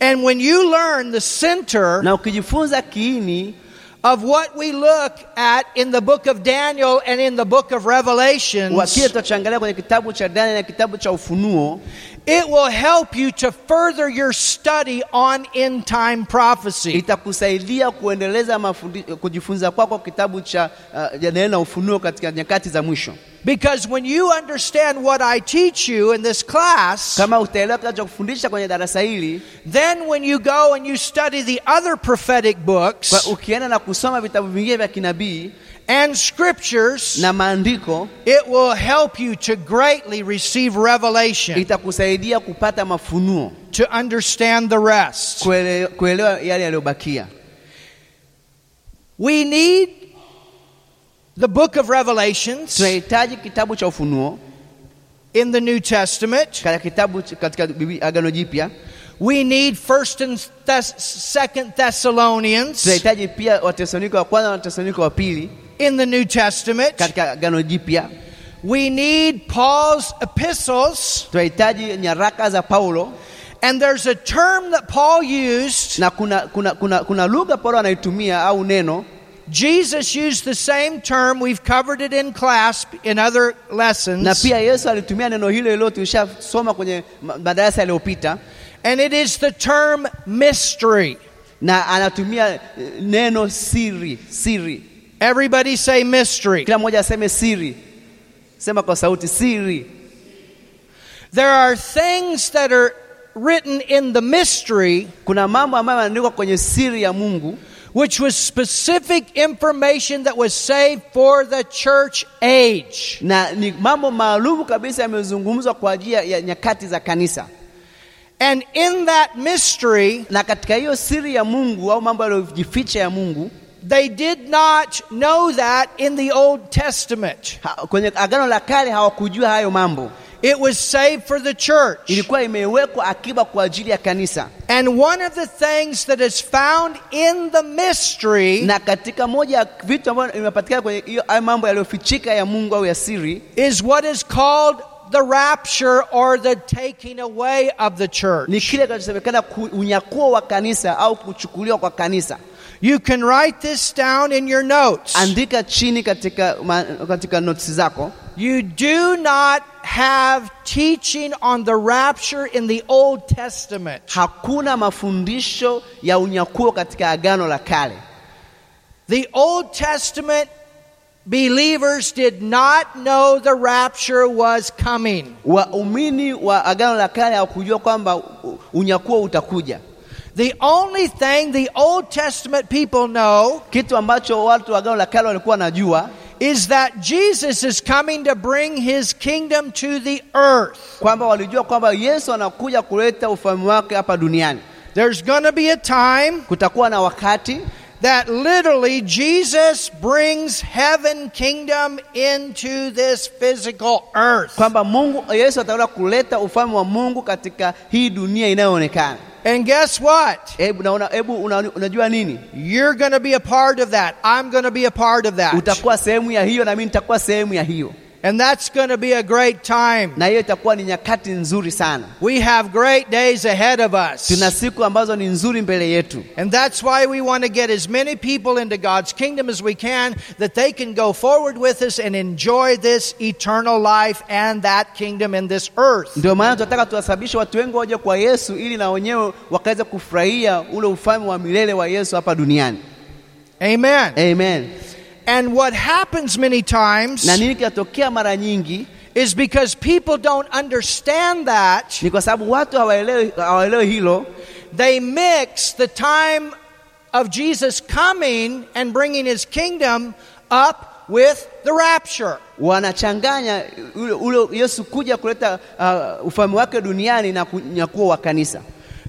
[SPEAKER 1] And when you learn the center
[SPEAKER 2] na ukijifunza kiini
[SPEAKER 1] of what we look at in the book of Daniel and in the book of Revelation,
[SPEAKER 2] wa kile tutachoangalia kwenye kitabu cha Danieli na kitabu cha Ufunuo
[SPEAKER 1] it will help you to further your study on end time prophecy.
[SPEAKER 2] itakusaidia kuendeleza mafundi, kujifunza kwako kitabu cha uh, Danieli na Ufunuo katika nyakati za mwisho.
[SPEAKER 1] Because when you understand what I teach you in this class,
[SPEAKER 2] Kama utaelewa kinachokufundisha kwenye darasa hili
[SPEAKER 1] Then, when you go and you study the other prophetic
[SPEAKER 2] kwa
[SPEAKER 1] books
[SPEAKER 2] ukienda na kusoma vitabu vingine vya kinabii
[SPEAKER 1] and scriptures,
[SPEAKER 2] na maandiko
[SPEAKER 1] it will help you to greatly receive revelation
[SPEAKER 2] itakusaidia kupata mafunuo
[SPEAKER 1] to understand the rest.
[SPEAKER 2] kuele, kuelewa yale yaliyobakia.
[SPEAKER 1] We need the book of Revelations
[SPEAKER 2] Tunahitaji kitabu cha Ufunuo
[SPEAKER 1] in the New Testament.
[SPEAKER 2] katika kitabu ch- katika Bibi- Agano Jipya.
[SPEAKER 1] We need First and Thess- Second Thessalonians
[SPEAKER 2] Tunahitaji pia Watesalonike wa kwanza na Watesalonike wa pili
[SPEAKER 1] in the New Testament.
[SPEAKER 2] katika Agano Jipya.
[SPEAKER 1] We need Paul's epistles,
[SPEAKER 2] Tunahitaji nyaraka za Paulo
[SPEAKER 1] and there's a term that Paul used
[SPEAKER 2] na kuna, kuna, kuna, kuna lugha Paulo anaitumia au neno
[SPEAKER 1] Jesus used the same term. We've covered it in class in other
[SPEAKER 2] na
[SPEAKER 1] lessons.
[SPEAKER 2] pia Yesu alitumia neno hilo hilo tulishasoma kwenye ma- madarasa yaliyopita.
[SPEAKER 1] And it is the term mystery.
[SPEAKER 2] na anatumia eh, neno siri siri.
[SPEAKER 1] Everybody say mystery.
[SPEAKER 2] Kila mmoja aseme siri, sema kwa sauti siri.
[SPEAKER 1] There are things that are written in the mystery,
[SPEAKER 2] Kuna mambo ambayo yanaandikwa kwenye siri ya Mungu
[SPEAKER 1] which was specific information that was saved for the church age.
[SPEAKER 2] na ni mambo maalum kabisa yamezungumzwa kwa ajili ya- ya nyakati za kanisa,
[SPEAKER 1] And in that mystery,
[SPEAKER 2] na katika hiyo siri ya Mungu au mambo yaliyojificha ya Mungu
[SPEAKER 1] They did not know that in the Old Testament.
[SPEAKER 2] Ha, kwenye agano la kale hawakujua hayo mambo.
[SPEAKER 1] It was saved for the church.
[SPEAKER 2] Ilikuwa imewekwa akiba kwa ajili ya kanisa,
[SPEAKER 1] And one of the things that is found in the mystery
[SPEAKER 2] na katika moja ya vitu ambavyo imepatikana kwenye hiyo hayo mambo yaliyofichika ya Mungu au ya siri
[SPEAKER 1] is what is called the rapture or the taking away of the
[SPEAKER 2] ni
[SPEAKER 1] church.
[SPEAKER 2] kile kinachosemekana ku- unyakuo wa kanisa au kuchukuliwa kwa kanisa.
[SPEAKER 1] You can write this down in your notes.
[SPEAKER 2] Andika chini katika, ma, katika notes zako.
[SPEAKER 1] You do not have teaching on the rapture in the Old Testament.
[SPEAKER 2] Hakuna mafundisho ya unyakuo katika agano la kale.
[SPEAKER 1] The Old Testament believers did not know the rapture was coming.
[SPEAKER 2] Waumini wa agano la kale hawakujua kwamba u- unyakuo utakuja.
[SPEAKER 1] The only thing the Old Testament people know
[SPEAKER 2] Kitu ambacho watu wa agano la kale walikuwa wanajua
[SPEAKER 1] is that Jesus is coming to bring his kingdom to the earth.
[SPEAKER 2] kwamba walijua kwamba Yesu anakuja kuleta ufalme wake hapa duniani.
[SPEAKER 1] There's going to be a time
[SPEAKER 2] Kutakuwa na wakati
[SPEAKER 1] that literally Jesus brings heaven kingdom into this physical earth.
[SPEAKER 2] kwamba Mungu Yesu ataenda kuleta ufalme wa Mungu katika hii dunia inayoonekana.
[SPEAKER 1] And guess what?
[SPEAKER 2] Hebu naona, hebu una, unajua nini?
[SPEAKER 1] You're going to be a part of that. I'm going to be a part of that.
[SPEAKER 2] Utakuwa sehemu ya hiyo na mimi nitakuwa sehemu ya hiyo,
[SPEAKER 1] And that's going to be a great time.
[SPEAKER 2] na hiyo itakuwa ni nyakati nzuri sana.
[SPEAKER 1] We have great days ahead of
[SPEAKER 2] Tuna
[SPEAKER 1] us.
[SPEAKER 2] siku ambazo ni nzuri mbele yetu,
[SPEAKER 1] And that's why we want to get as many people into God's kingdom as we can that they can go forward with us and enjoy this eternal life and that kingdom in this earth.
[SPEAKER 2] ndio maana tunataka tuwasababishe watu wengi waje kwa Yesu ili na wenyewe wakaweze kufurahia ule ufalme wa milele wa Yesu hapa duniani.
[SPEAKER 1] Amen.
[SPEAKER 2] Amen.
[SPEAKER 1] And what happens many times
[SPEAKER 2] Na nini kinatokea mara nyingi
[SPEAKER 1] is because people don't understand that.
[SPEAKER 2] ni kwa sababu watu hawaelewi, hawaelewi hilo
[SPEAKER 1] They mix the time of Jesus coming and bringing his kingdom up with the rapture.
[SPEAKER 2] wanachanganya ule, ule Yesu kuja kuleta uh, ufalme wake duniani na unyakuo wa kanisa.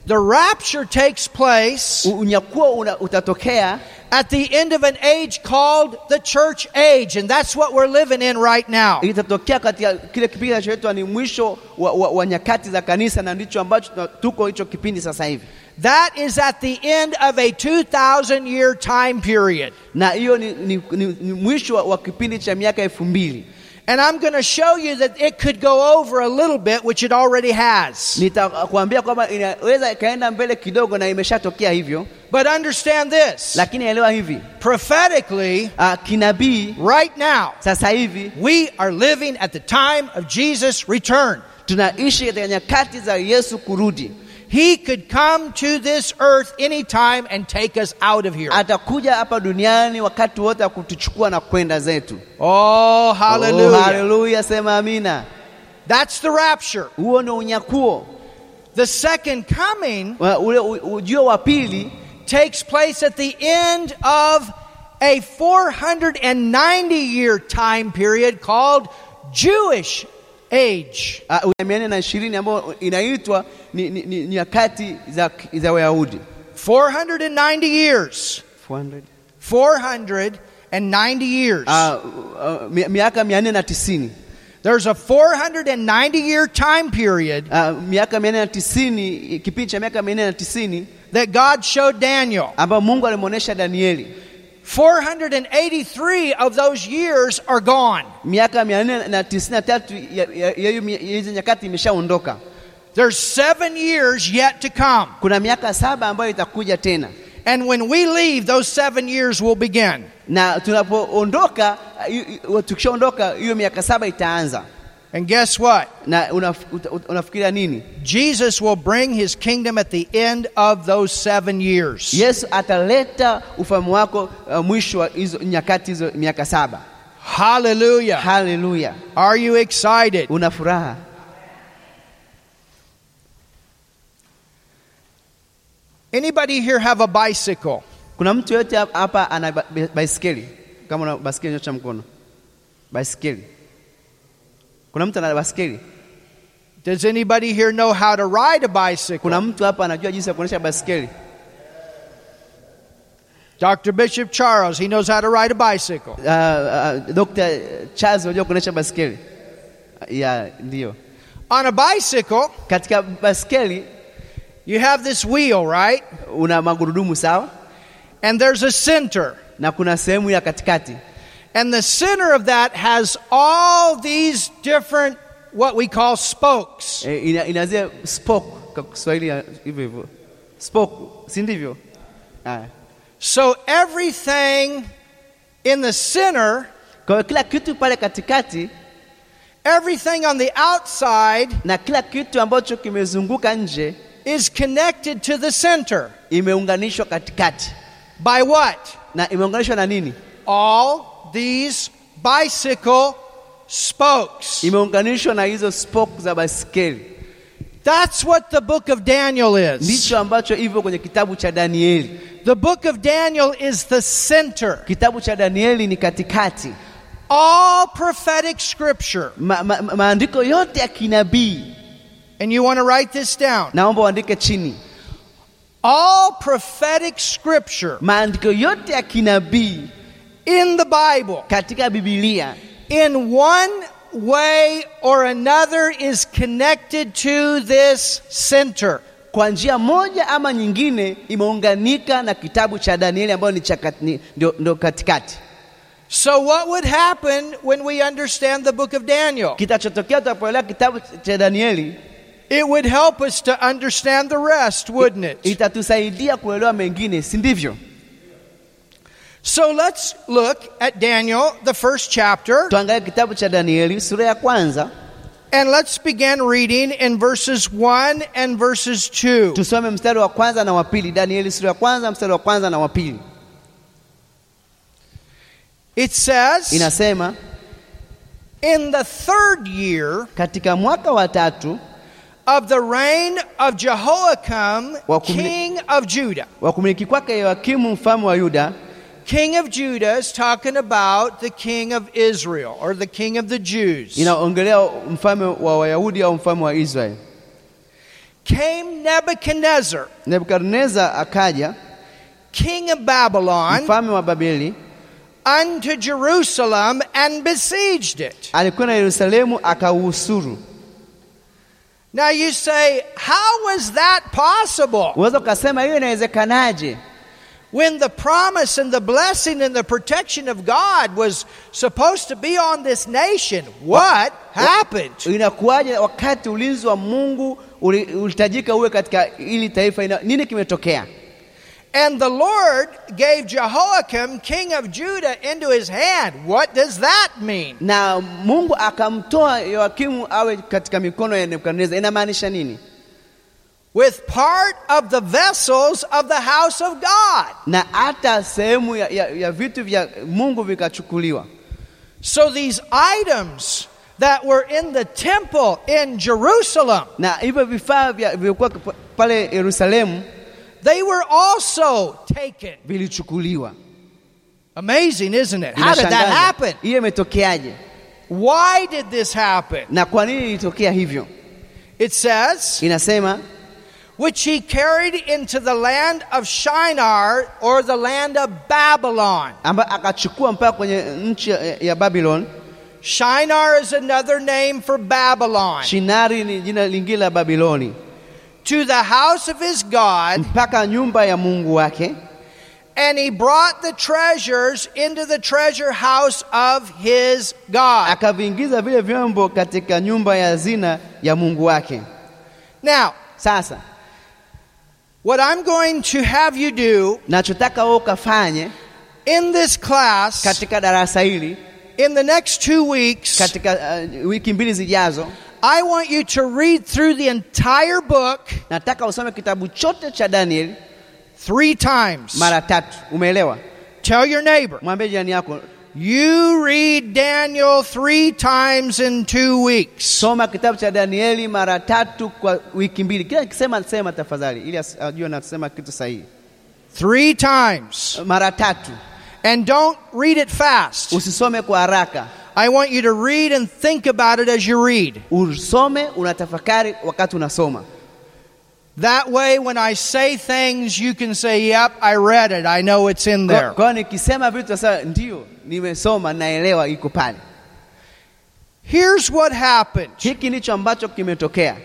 [SPEAKER 1] The rapture takes place
[SPEAKER 2] U- Unyakuo una, utatokea
[SPEAKER 1] at the end of an age called the church age, and that's what we're living in right now.
[SPEAKER 2] itatokea katika kile kipindi kinachoitwa ni mwisho wa, wa, wa nyakati za kanisa, na ndicho ambacho tuna- tuko hicho kipindi sasa hivi,
[SPEAKER 1] That is at the end of a 2,000 year time period.
[SPEAKER 2] na hiyo ni, ni, ni, ni mwisho wa, wa kipindi cha miaka elfu mbili.
[SPEAKER 1] And I'm going to show you that it could go over a little bit, which it already has.
[SPEAKER 2] Nitakuambia kwamba inaweza ikaenda mbele kidogo, na imeshatokea hivyo,
[SPEAKER 1] But understand this
[SPEAKER 2] lakini elewa hivi
[SPEAKER 1] prophetically,
[SPEAKER 2] uh, kinabii
[SPEAKER 1] right now,
[SPEAKER 2] sasa hivi
[SPEAKER 1] We are living at the time of Jesus' return.
[SPEAKER 2] tunaishi katika nyakati za Yesu kurudi.
[SPEAKER 1] He could come to this earth anytime and take us out of here.
[SPEAKER 2] Atakuja hapa duniani wakati wote wa kutuchukua na kwenda zetu.
[SPEAKER 1] Oh, hallelujah.
[SPEAKER 2] Oh, haleluya, sema amina.
[SPEAKER 1] That's the rapture.
[SPEAKER 2] Huo ndio unyakuo
[SPEAKER 1] The second coming
[SPEAKER 2] Wa- ule u- ujio wa pili
[SPEAKER 1] takes place at the end of a 490 year time period called Jewish age.
[SPEAKER 2] uh, mia nne na ishirini ambayo inaitwa ni, ni, ni, nyakati za, za Wayahudi
[SPEAKER 1] 490 years.
[SPEAKER 2] 400.
[SPEAKER 1] 490 years.
[SPEAKER 2] Uh, uh, mi- miaka mia nne na tisini
[SPEAKER 1] There's a 490 year time period
[SPEAKER 2] uh, miaka mia nne na tisini kipindi cha miaka mia nne na tisini
[SPEAKER 1] that God showed Daniel.
[SPEAKER 2] ambayo Mungu alimwonyesha Danieli.
[SPEAKER 1] 483 of those years are gone.
[SPEAKER 2] Miaka mia nne na tisini na tatu ya ya- ya hiyo mi- ya hizi nyakati imeshaondoka.
[SPEAKER 1] There's seven years yet to come.
[SPEAKER 2] Kuna miaka saba ambayo itakuja tena,
[SPEAKER 1] And when we leave, those seven years will begin.
[SPEAKER 2] na tunapoondoka, i- i- tukishaondoka, hiyo miaka saba itaanza.
[SPEAKER 1] And guess what?
[SPEAKER 2] Na unaf, uta- uta- unafikiria nini?
[SPEAKER 1] Jesus will bring his kingdom at the end of those seven years.
[SPEAKER 2] Yesu ataleta ufalme wako uh, mwisho wa hizo nyakati hizo miaka saba.
[SPEAKER 1] Hallelujah.
[SPEAKER 2] Haleluya,
[SPEAKER 1] Are you excited?
[SPEAKER 2] una furaha?
[SPEAKER 1] Anybody here have a bicycle?
[SPEAKER 2] Kuna mtu yote hapa ana ba- ba- baisikeli? Kama una baisikeli, nyosha mkono. Baisikeli, kuna mtu ana baisikeli?
[SPEAKER 1] Does anybody here know how to ride a bicycle?
[SPEAKER 2] Kuna mtu hapa anajua jinsi ya kuendesha baisikeli?
[SPEAKER 1] Dr. Bishop Charles, he knows how to ride a bicycle.
[SPEAKER 2] Ah, ah, Dr. Charles unajua kuendesha baskeli ya ndio.
[SPEAKER 1] On a bicycle,
[SPEAKER 2] Katika baskeli
[SPEAKER 1] you have this wheel, right?
[SPEAKER 2] una magurudumu sawa,
[SPEAKER 1] And there's a center.
[SPEAKER 2] na kuna sehemu ya katikati,
[SPEAKER 1] And the center of that has all these different, what we call spokes.
[SPEAKER 2] e, ina, inaanzia spoke kwa Kiswahili ya- hivyo hivyo spoke, si ndivyo? Haya.
[SPEAKER 1] So everything in the center,
[SPEAKER 2] Kwa hiyo kila kitu pale katikati
[SPEAKER 1] everything on the outside
[SPEAKER 2] na kila kitu ambacho kimezunguka nje
[SPEAKER 1] is connected to the center.
[SPEAKER 2] imeunganishwa katikati,
[SPEAKER 1] By what?
[SPEAKER 2] na imeunganishwa na nini?
[SPEAKER 1] All these bicycle spokes.
[SPEAKER 2] Imeunganishwa na hizo spoke za baskeli.
[SPEAKER 1] That's what the book of Daniel is.
[SPEAKER 2] Ndicho ambacho hivyo kwenye kitabu cha Danieli.
[SPEAKER 1] The book of Daniel is the center.
[SPEAKER 2] Kitabu cha Danieli ni katikati.
[SPEAKER 1] All prophetic scripture.
[SPEAKER 2] Ma, ma, ma- maandiko yote ya kinabii,
[SPEAKER 1] And you want to write this down.
[SPEAKER 2] naomba uandike chini.
[SPEAKER 1] All prophetic scripture
[SPEAKER 2] Maandiko yote ya kinabii
[SPEAKER 1] in the Bible,
[SPEAKER 2] katika Biblia
[SPEAKER 1] in one way or another, is connected to this center.
[SPEAKER 2] kwa njia moja ama nyingine imeunganika na kitabu cha Danieli ambayo ni cha kat- ni- ndio, ndio katikati.
[SPEAKER 1] So, what would happen when we understand the book of Daniel?
[SPEAKER 2] Kitachotokea tunapoelewa kitabu cha Danieli
[SPEAKER 1] It would help us to understand the rest, wouldn't it?
[SPEAKER 2] itatusaidia kuelewa mengine, si ndivyo?
[SPEAKER 1] So, let's look at Daniel, the first chapter,
[SPEAKER 2] Tuangalie kitabu cha Danieli sura ya kwanza,
[SPEAKER 1] and let's begin reading in verses 1 and verses 2.
[SPEAKER 2] tusome mstari wa kwanza na wa pili. Danieli sura ya kwanza mstari wa kwanza na wa pili
[SPEAKER 1] It says,
[SPEAKER 2] inasema
[SPEAKER 1] In the third year,
[SPEAKER 2] katika mwaka wa tatu
[SPEAKER 1] of the reign of Jehoiakim,
[SPEAKER 2] Wa kumli-
[SPEAKER 1] king of Judah.
[SPEAKER 2] wa kumiliki kwake Yoakimu mfalme wa Yuda,
[SPEAKER 1] King of Judah is talking about the king of Israel or the king of the Jews.
[SPEAKER 2] inaongelea mfalme wa Wayahudi au mfalme wa Israeli.
[SPEAKER 1] came Nebuchadnezzar,
[SPEAKER 2] Nebukadneza akaja
[SPEAKER 1] king of Babylon,
[SPEAKER 2] mfalme wa Babeli,
[SPEAKER 1] unto Jerusalem and besieged it.
[SPEAKER 2] alikwenda Yerusalemu akauhusuru.
[SPEAKER 1] Now you say, how was that possible?
[SPEAKER 2] Unaweza ukasema hiyo inawezekanaje?
[SPEAKER 1] When the promise and the blessing and the protection of God was supposed to be on this nation, what happened?
[SPEAKER 2] Inakuwaje wakati ulinzi wa Mungu uli- ulihitajika uwe katika hili taifa? Ina, nini kimetokea?
[SPEAKER 1] And the Lord gave Jehoiakim, king of Judah, into his hand. What does that mean?
[SPEAKER 2] Na Mungu akamtoa Yoakimu awe katika mikono ya Nebukadneza. Inamaanisha nini?
[SPEAKER 1] With part of the vessels of the house of God.
[SPEAKER 2] Na hata sehemu ya, ya, ya vitu vya Mungu vikachukuliwa.
[SPEAKER 1] So these items that were in the temple in Jerusalem,
[SPEAKER 2] na hivyo vifaa vya- vilikuwa kipa- pale Yerusalemu
[SPEAKER 1] they were also taken.
[SPEAKER 2] vilichukuliwa.
[SPEAKER 1] Amazing, isn't it? How did that
[SPEAKER 2] Inashangaza.
[SPEAKER 1] happen?
[SPEAKER 2] Hiyo imetokeaje
[SPEAKER 1] Why did this happen?
[SPEAKER 2] na kwa nini ilitokea hivyo?
[SPEAKER 1] It says,
[SPEAKER 2] Inasema
[SPEAKER 1] which he carried into the land of Shinar or the land of Babylon.
[SPEAKER 2] amba akachukua mpaka kwenye nchi ya, ya Babylon.
[SPEAKER 1] Shinar is another name for Babylon.
[SPEAKER 2] Shinari ni jina lingine la Babiloni,
[SPEAKER 1] to the house of his God,
[SPEAKER 2] mpaka nyumba ya Mungu wake,
[SPEAKER 1] and he brought the treasures into the treasure house of his God.
[SPEAKER 2] akaviingiza vile vyombo katika nyumba ya hazina ya Mungu wake.
[SPEAKER 1] Now,
[SPEAKER 2] Sasa
[SPEAKER 1] what I'm going to have you do
[SPEAKER 2] nachotaka wewe ukafanye
[SPEAKER 1] in this class,
[SPEAKER 2] katika darasa hili
[SPEAKER 1] in the next two weeks,
[SPEAKER 2] katika uh, wiki mbili zijazo,
[SPEAKER 1] I want you to read through the entire book
[SPEAKER 2] nataka usome kitabu chote cha Danieli
[SPEAKER 1] three times.
[SPEAKER 2] mara tatu. Umeelewa?
[SPEAKER 1] Tell your neighbor,
[SPEAKER 2] Mwambie jirani yako,
[SPEAKER 1] you read Daniel three times in two weeks.
[SPEAKER 2] soma kitabu cha Danieli mara tatu kwa wiki mbili. Kila nikisema sema tafadhali, ili as- ajue nasema kitu sahihi.
[SPEAKER 1] Three times.
[SPEAKER 2] Mara tatu,
[SPEAKER 1] And don't read it fast.
[SPEAKER 2] usisome kwa haraka,
[SPEAKER 1] I want you to read and think about it as you read.
[SPEAKER 2] usome unatafakari wakati unasoma.
[SPEAKER 1] That way, when I say things, you can say, Yep, I read it. I know it's in
[SPEAKER 2] Kwa-
[SPEAKER 1] there.
[SPEAKER 2] kwa hiyo nikisema vitu sasa, ndio nimesoma, naelewa iko pale.
[SPEAKER 1] Here's what happened
[SPEAKER 2] Hiki ndicho ambacho kimetokea.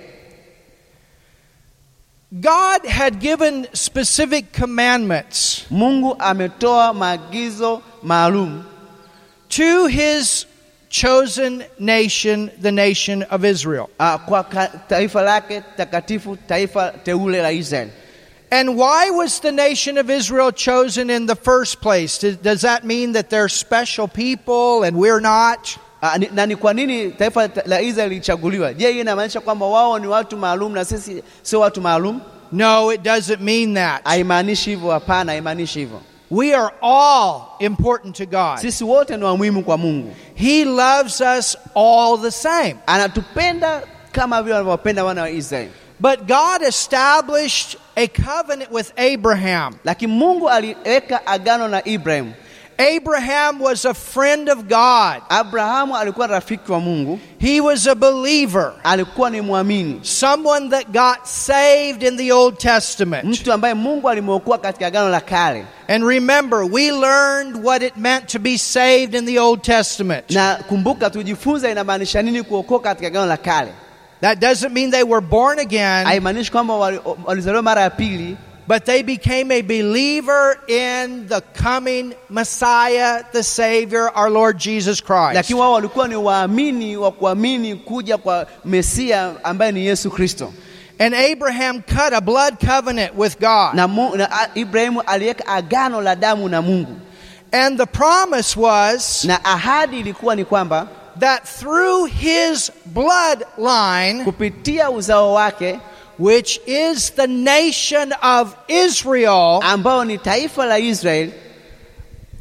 [SPEAKER 1] God had given specific commandments
[SPEAKER 2] Mungu ametoa maagizo maalum
[SPEAKER 1] to his chosen nation, the nation of Israel.
[SPEAKER 2] ah, kwa ka- taifa lake takatifu, taifa teule la Israeli.
[SPEAKER 1] And why was the nation of Israel chosen in the first place? Does- Does that mean that they're special people and we're not?
[SPEAKER 2] Ah, ni- na ni kwa nini taifa ta- la Israeli lilichaguliwa? Je, hiyo inamaanisha kwamba wao ni watu maalum na sisi sio watu maalum?
[SPEAKER 1] No, it doesn't mean that.
[SPEAKER 2] Haimaanishi hivyo, hapana, haimaanishi hivyo.
[SPEAKER 1] we are all important to God.
[SPEAKER 2] Sisi wote ni wa muhimu kwa Mungu,
[SPEAKER 1] He loves us all the same.
[SPEAKER 2] anatupenda kama vile wanavyopenda wana wa Israeli.
[SPEAKER 1] But God established a covenant with Abraham.
[SPEAKER 2] Lakini Mungu aliweka agano na Ibrahimu.
[SPEAKER 1] Abraham was a friend of God,
[SPEAKER 2] Abrahamu alikuwa rafiki wa Mungu,
[SPEAKER 1] he was a believer,
[SPEAKER 2] alikuwa ni mwamini,
[SPEAKER 1] someone that got saved in the Old Testament.
[SPEAKER 2] mtu ambaye Mungu alimwokoa katika agano la kale.
[SPEAKER 1] And remember, we learned what it meant to be saved in the Old Testament.
[SPEAKER 2] Na kumbuka, tujifunza inamaanisha nini kuokoka katika agano la kale.
[SPEAKER 1] That doesn't mean they were born again,
[SPEAKER 2] Haimaanishi kwamba wali- walizaliwa mara ya pili,
[SPEAKER 1] but they became a believer in the coming Messiah, the Savior, our Lord Jesus Christ.
[SPEAKER 2] lakini wao walikuwa ni waamini wa kuamini kuja kwa Mesia ambaye ni Yesu Kristo.
[SPEAKER 1] And Abraham cut a blood covenant with God.
[SPEAKER 2] Na, mu, na a- Ibrahimu aliweka agano la damu na Mungu,
[SPEAKER 1] And the promise was
[SPEAKER 2] na ahadi ilikuwa ni kwamba
[SPEAKER 1] that through his bloodline,
[SPEAKER 2] kupitia uzao wake
[SPEAKER 1] which is the nation of Israel,
[SPEAKER 2] ambao ni taifa la Israeli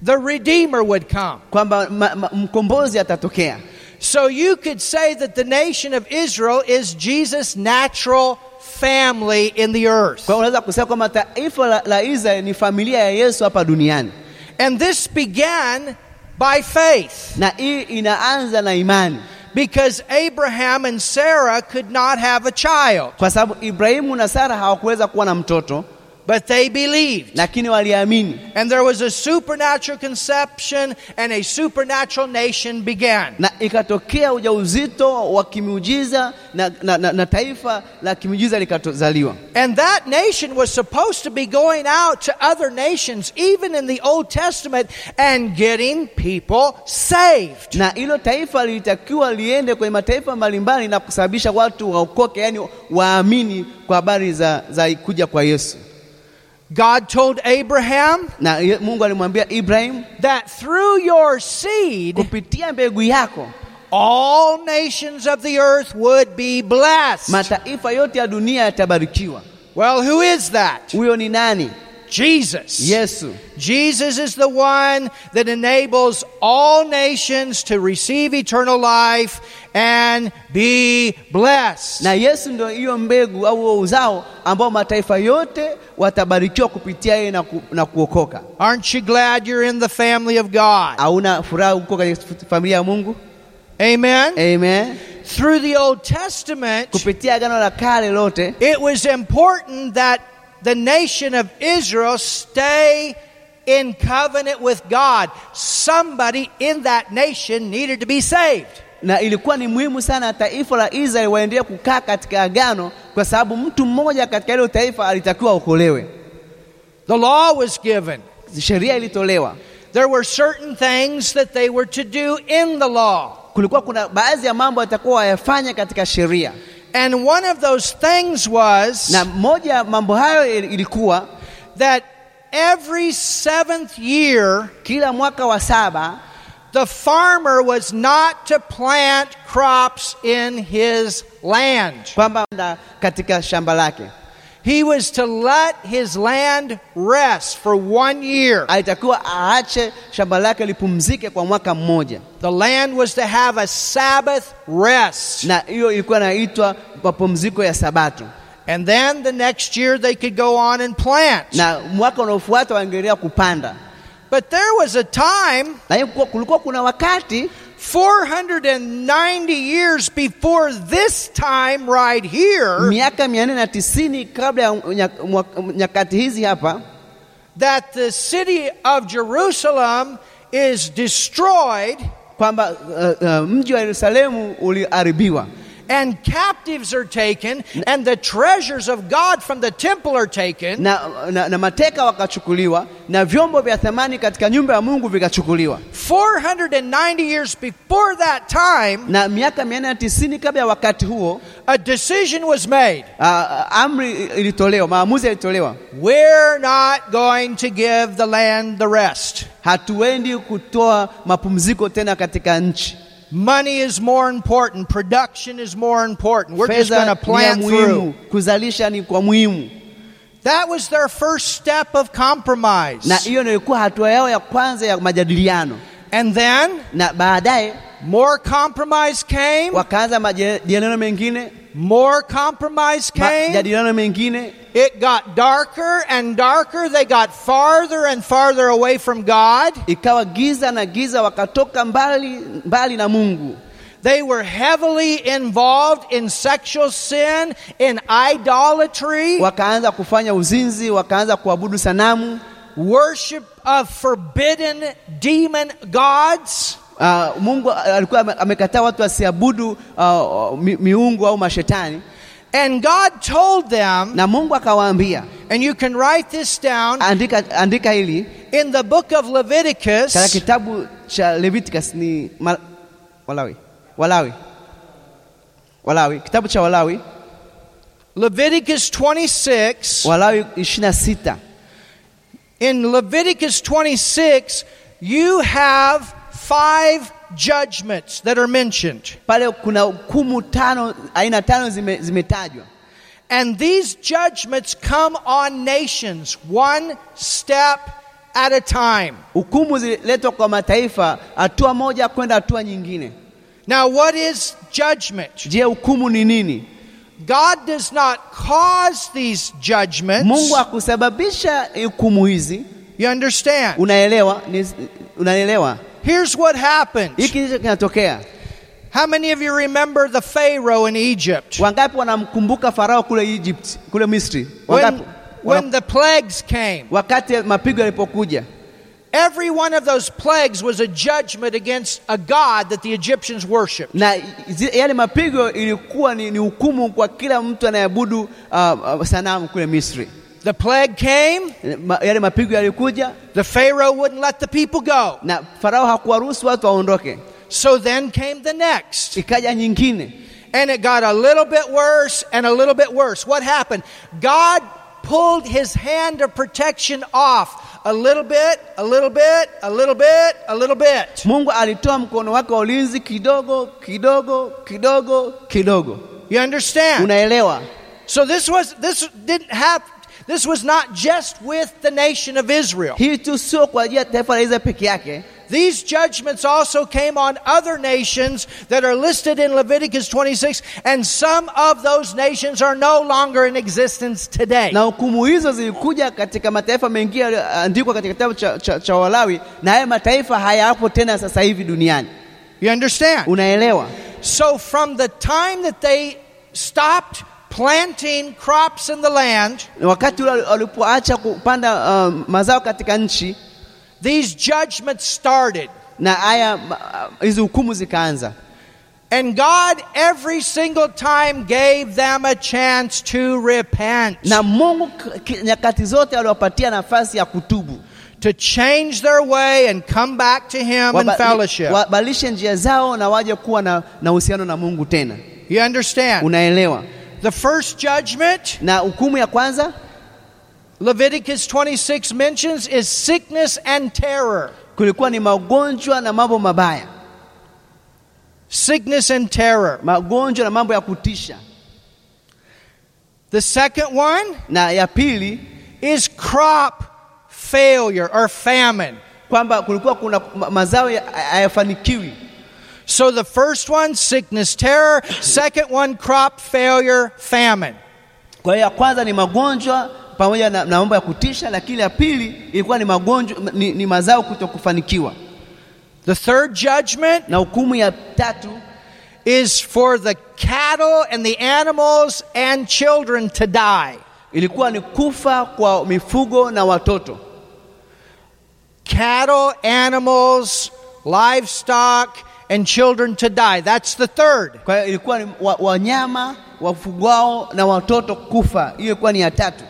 [SPEAKER 1] the Redeemer would come.
[SPEAKER 2] kwamba ma- ma- mkombozi atatokea.
[SPEAKER 1] So you could say that the nation of Israel is Jesus' natural family in the earth.
[SPEAKER 2] Kwa hiyo unaweza kusema kwamba taifa la, la Israeli ni familia ya Yesu hapa duniani,
[SPEAKER 1] And this began by faith
[SPEAKER 2] na hii inaanza na imani,
[SPEAKER 1] because Abraham and Sarah could not have a child,
[SPEAKER 2] kwa sababu Ibrahimu na Sara hawakuweza kuwa na mtoto,
[SPEAKER 1] but they believed.
[SPEAKER 2] lakini waliamini
[SPEAKER 1] And there was a supernatural conception and a supernatural nation began.
[SPEAKER 2] na ikatokea ujauzito wa kimiujiza na, na, na, na taifa la kimiujiza likazaliwa.
[SPEAKER 1] And that nation was supposed to be going out to other nations, even in the Old Testament, and getting people saved.
[SPEAKER 2] Na hilo taifa lilitakiwa liende kwenye mataifa mbalimbali na kusababisha watu waokoke, yani waamini kwa habari za, za kuja kwa Yesu.
[SPEAKER 1] God told Abraham
[SPEAKER 2] Na ye- Mungu alimwambia Ibrahim,
[SPEAKER 1] that through your seed,
[SPEAKER 2] kupitia mbegu yako
[SPEAKER 1] all nations of the earth would be blessed.
[SPEAKER 2] mataifa yote ya dunia yatabarikiwa.
[SPEAKER 1] Well, who is that?
[SPEAKER 2] Huyo ni nani?
[SPEAKER 1] Jesus.
[SPEAKER 2] Yesu.
[SPEAKER 1] Jesus is the one that enables all nations to receive eternal life and be blessed.
[SPEAKER 2] Na Yesu ndio hiyo mbegu au huo uzao ambao mataifa yote watabarikiwa kupitia yeye na, ku, na kuokoka.
[SPEAKER 1] Aren't you glad you're in the family of God?
[SPEAKER 2] hauna furaha uko katika familia ya Mungu. Eh.
[SPEAKER 1] Amen.
[SPEAKER 2] Amen.
[SPEAKER 1] Through the Old Testament,
[SPEAKER 2] Kupitia agano la kale lote
[SPEAKER 1] it was important that the nation of Israel stay in covenant with God. Somebody in that nation needed to be saved.
[SPEAKER 2] na ilikuwa ni muhimu sana taifa la Israeli waendelee kukaa katika agano, kwa sababu mtu mmoja katika hilo taifa alitakiwa okolewe.
[SPEAKER 1] The law was given.
[SPEAKER 2] Sheria ilitolewa,
[SPEAKER 1] There were certain things that they were to do in the law.
[SPEAKER 2] kulikuwa kuna baadhi ya mambo yatakuwa wayafanya katika sheria,
[SPEAKER 1] And one of those things was
[SPEAKER 2] na moja ya mambo hayo il- ilikuwa
[SPEAKER 1] that every seventh year,
[SPEAKER 2] kila mwaka wa saba
[SPEAKER 1] the farmer was not to plant crops in his land.
[SPEAKER 2] kwamba na katika shamba lake
[SPEAKER 1] He was to let his land rest for one year.
[SPEAKER 2] alitakiwa aache shamba lake lipumzike kwa mwaka mmoja.
[SPEAKER 1] The land was to have a Sabbath rest.
[SPEAKER 2] na hiyo ilikuwa inaitwa mapumziko ya Sabato,
[SPEAKER 1] And then the next year they could go on and plant.
[SPEAKER 2] na mwaka unaofuata waendelea kupanda.
[SPEAKER 1] But there was a time
[SPEAKER 2] na hiyo kuwa- kulikuwa kuna wakati
[SPEAKER 1] 490 years before this time right here
[SPEAKER 2] miaka mia nne na tisini kabla ya nya- mwa- nyakati hizi hapa
[SPEAKER 1] that the city of Jerusalem is destroyed
[SPEAKER 2] kwamba uh, uh, mji wa Yerusalemu uliharibiwa
[SPEAKER 1] and captives are taken and the treasures of God from the temple are taken
[SPEAKER 2] na, na, na mateka wakachukuliwa na vyombo vya thamani katika nyumba ya Mungu vikachukuliwa.
[SPEAKER 1] 490 years before that time
[SPEAKER 2] Na miaka mia nne na tisini kabla ya wakati huo
[SPEAKER 1] a decision was made
[SPEAKER 2] uh, amri ilitolewa, maamuzi yalitolewa,
[SPEAKER 1] we're not going to give the land the rest
[SPEAKER 2] hatuendi kutoa mapumziko tena katika nchi.
[SPEAKER 1] money is more important production is more important we're just going
[SPEAKER 2] Fedha
[SPEAKER 1] to
[SPEAKER 2] ni ya
[SPEAKER 1] plant through
[SPEAKER 2] muhimu, kuzalisha ni kwa muhimu.
[SPEAKER 1] That was their first step of compromise.
[SPEAKER 2] Na hiyo ndio ilikuwa hatua yao ya kwanza ya majadiliano,
[SPEAKER 1] and then
[SPEAKER 2] na baadaye
[SPEAKER 1] more compromise came,
[SPEAKER 2] wakaanza majadiliano mengine,
[SPEAKER 1] more compromise came.
[SPEAKER 2] majadiliano mengine
[SPEAKER 1] It got darker and darker. They got farther and farther away from God.
[SPEAKER 2] ikawa giza na giza, wakatoka mbali mbali na Mungu.
[SPEAKER 1] They were heavily involved in sexual sin, in idolatry,
[SPEAKER 2] Wakaanza kufanya uzinzi, wakaanza kuabudu sanamu,
[SPEAKER 1] worship of forbidden demon gods.
[SPEAKER 2] Uh, Mungu alikuwa ame- amekataa watu wasiabudu uh, mi, miungu au mashetani,
[SPEAKER 1] And God told them,
[SPEAKER 2] na Mungu akawaambia
[SPEAKER 1] and you can write this down
[SPEAKER 2] andika, andika hili
[SPEAKER 1] in the book of Leviticus.
[SPEAKER 2] katika kitabu cha Leviticus ni ma, Walawi Walawi Walawi, kitabu cha Walawi
[SPEAKER 1] Leviticus 26.
[SPEAKER 2] Walawi 26
[SPEAKER 1] In Leviticus 26, you have five judgments that are mentioned.
[SPEAKER 2] pale kuna hukumu tano, aina tano zime, zimetajwa
[SPEAKER 1] And these judgments come on nations one step at a time.
[SPEAKER 2] hukumu zililetwa kwa mataifa, hatua moja kwenda hatua nyingine.
[SPEAKER 1] Now, what is judgment?
[SPEAKER 2] Je, hukumu ni nini?
[SPEAKER 1] God does not cause these judgments.
[SPEAKER 2] Mungu akusababisha hukumu hizi,
[SPEAKER 1] You understand?
[SPEAKER 2] unaelewa? Ni, unaelewa
[SPEAKER 1] Here's what happens.
[SPEAKER 2] hiki ndicho kinatokea.
[SPEAKER 1] How many of you remember the Pharaoh in Egypt?
[SPEAKER 2] Wangapi wanamkumbuka Farao kule Egypt, kule Misri?
[SPEAKER 1] When,
[SPEAKER 2] Wangapi?
[SPEAKER 1] when
[SPEAKER 2] Wana-
[SPEAKER 1] the plagues came.
[SPEAKER 2] wakati mapigo yalipokuja,
[SPEAKER 1] Every one of those plagues was a judgment against a god that the Egyptians worshiped.
[SPEAKER 2] na zi- yale mapigo ilikuwa ni, ni hukumu kwa kila mtu anayeabudu uh, uh, sanamu kule Misri.
[SPEAKER 1] The plague came,
[SPEAKER 2] Ma, yale mapigo yalikuja
[SPEAKER 1] the Pharaoh wouldn't let the people go.
[SPEAKER 2] na Farao hakuwaruhusu watu waondoke.
[SPEAKER 1] So then came the next.
[SPEAKER 2] Ikaja nyingine
[SPEAKER 1] And it got a little bit worse and a little bit worse. What happened? God pulled his hand of protection off a little bit, a little bit, a little bit, a little bit.
[SPEAKER 2] Mungu alitoa mkono wake wa ulinzi kidogo kidogo kidogo kidogo.
[SPEAKER 1] You understand?
[SPEAKER 2] Unaelewa?
[SPEAKER 1] So this was this didn't happen. This was not just with the nation of Israel.
[SPEAKER 2] Hii tu sio kwa ajili ya taifa la Israeli peke yake,
[SPEAKER 1] These judgments also came on other nations that are listed in Leviticus 26, and some of those nations are no longer in existence today.
[SPEAKER 2] na hukumu hizo zilikuja katika mataifa mengine yaliyoandikwa katika kitabu cha, cha, cha Walawi, na haya mataifa hayapo tena sasa hivi duniani.
[SPEAKER 1] You understand?
[SPEAKER 2] Unaelewa?
[SPEAKER 1] So, from the time that they stopped planting crops in the land,
[SPEAKER 2] Na Wakati ule walipoacha kupanda um, mazao katika nchi
[SPEAKER 1] these judgments started.
[SPEAKER 2] na haya ma- hizi hukumu zikaanza,
[SPEAKER 1] And God, every single time, gave them a chance to repent,
[SPEAKER 2] na Mungu k- ki- nyakati zote aliwapatia nafasi ya kutubu,
[SPEAKER 1] to change their way and come back to Him in
[SPEAKER 2] Waba-
[SPEAKER 1] fellowship.
[SPEAKER 2] wabadilishe njia zao na waje kuwa na na uhusiano na Mungu tena.
[SPEAKER 1] You understand?
[SPEAKER 2] Unaelewa?
[SPEAKER 1] The first judgment
[SPEAKER 2] Na hukumu ya kwanza
[SPEAKER 1] Leviticus 26 mentions is sickness and terror.
[SPEAKER 2] kulikuwa ni magonjwa na mambo mabaya,
[SPEAKER 1] Sickness and terror.
[SPEAKER 2] magonjwa na mambo ya kutisha.
[SPEAKER 1] The second one
[SPEAKER 2] Na ya pili
[SPEAKER 1] is crop failure or famine.
[SPEAKER 2] kwamba kulikuwa kuna ma- mazao ya- hayafanikiwi.
[SPEAKER 1] So the first one, sickness, terror. Second one, crop failure, famine.
[SPEAKER 2] Kwa hiyo ya kwanza ni magonjwa, pamoja na, na mambo ya kutisha, lakini ya pili ilikuwa ni magonjwa ni, ni mazao kutokufanikiwa.
[SPEAKER 1] The third judgment
[SPEAKER 2] Na hukumu ya tatu
[SPEAKER 1] is for the cattle and the animals and children to die.
[SPEAKER 2] ilikuwa ni kufa kwa mifugo na watoto.
[SPEAKER 1] Cattle, animals, livestock, and children to die. That's the third.
[SPEAKER 2] Kwa hiyo ilikuwa ni wa- wanyama wafugwao na watoto kufa, hiyo ilikuwa ni ya tatu.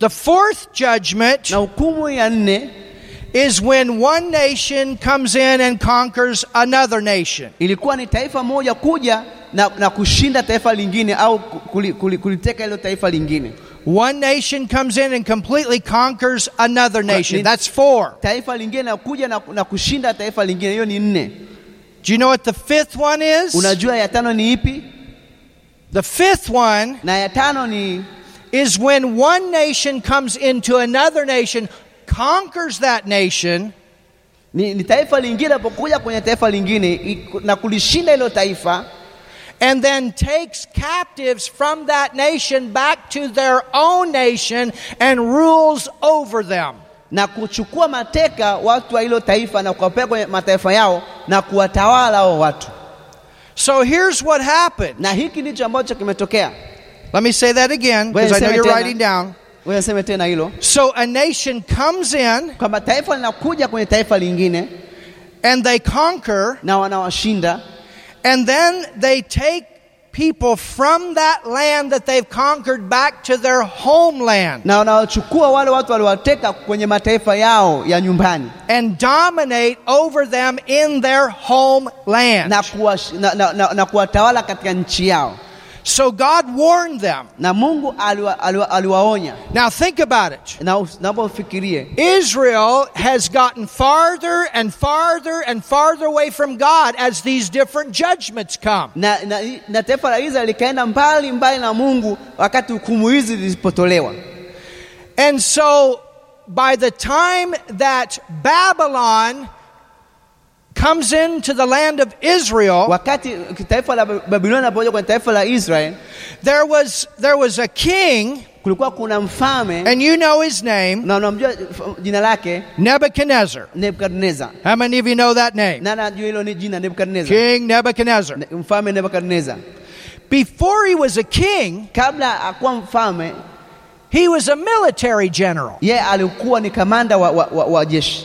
[SPEAKER 1] The fourth judgment
[SPEAKER 2] Na hukumu ya nne
[SPEAKER 1] is when one nation comes in and conquers another nation.
[SPEAKER 2] ilikuwa ni taifa moja kuja na, na kushinda taifa lingine au kuli- kuli- kuliteka hilo taifa lingine.
[SPEAKER 1] One nation comes in and completely conquers another nation. That's four.
[SPEAKER 2] Taifa lingine na kuja na, na kushinda taifa lingine, hiyo ni nne.
[SPEAKER 1] Do you know what the fifth one is?
[SPEAKER 2] Unajua ya tano ni ipi?
[SPEAKER 1] The fifth one
[SPEAKER 2] Na ya tano ni
[SPEAKER 1] is when one nation comes into another nation, conquers that nation,
[SPEAKER 2] ni, ni taifa lingine apokuja kwenye taifa lingine i- na kulishinda hilo taifa
[SPEAKER 1] and then takes captives from that nation back to their own nation and rules over them.
[SPEAKER 2] na kuchukua mateka watu wa hilo taifa na kuwapeleka kwenye mataifa yao na kuwatawala hao watu.
[SPEAKER 1] So here's what happened.
[SPEAKER 2] Na hiki ndicho ambacho kimetokea.
[SPEAKER 1] Let me say that again
[SPEAKER 2] Wait,
[SPEAKER 1] because I know
[SPEAKER 2] say it
[SPEAKER 1] you're
[SPEAKER 2] again.
[SPEAKER 1] writing down.
[SPEAKER 2] Wewe sema tena hilo
[SPEAKER 1] So a nation comes in
[SPEAKER 2] kwamba taifa linakuja kwenye taifa lingine
[SPEAKER 1] and they conquer,
[SPEAKER 2] na wanawashinda,
[SPEAKER 1] and then they take people from that land that they've conquered back to their homeland
[SPEAKER 2] na wanawachukua wale watu waliowateka kwenye mataifa yao ya nyumbani
[SPEAKER 1] and dominate over them in their homeland.
[SPEAKER 2] na, kuwash, na, na, na, na kuwatawala katika nchi yao,
[SPEAKER 1] So God warned them.
[SPEAKER 2] na Mungu aliwa, aliwa, aliwaonya.
[SPEAKER 1] Now think about it.
[SPEAKER 2] Na us- naomba ufikirie
[SPEAKER 1] Israel has gotten farther and farther and farther away from God as these different judgments come.
[SPEAKER 2] na, na, na taifa la Israeli likaenda mbali mbali na Mungu wakati hukumu hizi zilipotolewa.
[SPEAKER 1] And so by the time that Babylon comes into the land of Israel,
[SPEAKER 2] Wakati taifa la Babiloni linapokuja kwenye taifa la Israeli,
[SPEAKER 1] there was there was a king,
[SPEAKER 2] kulikuwa kuna mfalme
[SPEAKER 1] and you know his name,
[SPEAKER 2] na unamjua jina lake
[SPEAKER 1] Nebuchadnezzar.
[SPEAKER 2] Nebukadnezar.
[SPEAKER 1] How many of you know that name?
[SPEAKER 2] Nani anajua hilo ni jina Nebukadnezar?
[SPEAKER 1] King Nebuchadnezzar.
[SPEAKER 2] Ne- Mfalme Nebukadnezar.
[SPEAKER 1] Before he was a king,
[SPEAKER 2] Kabla akuwa mfalme,
[SPEAKER 1] he was a military general.
[SPEAKER 2] yeye alikuwa ni kamanda wa, wa, wa, wa jeshi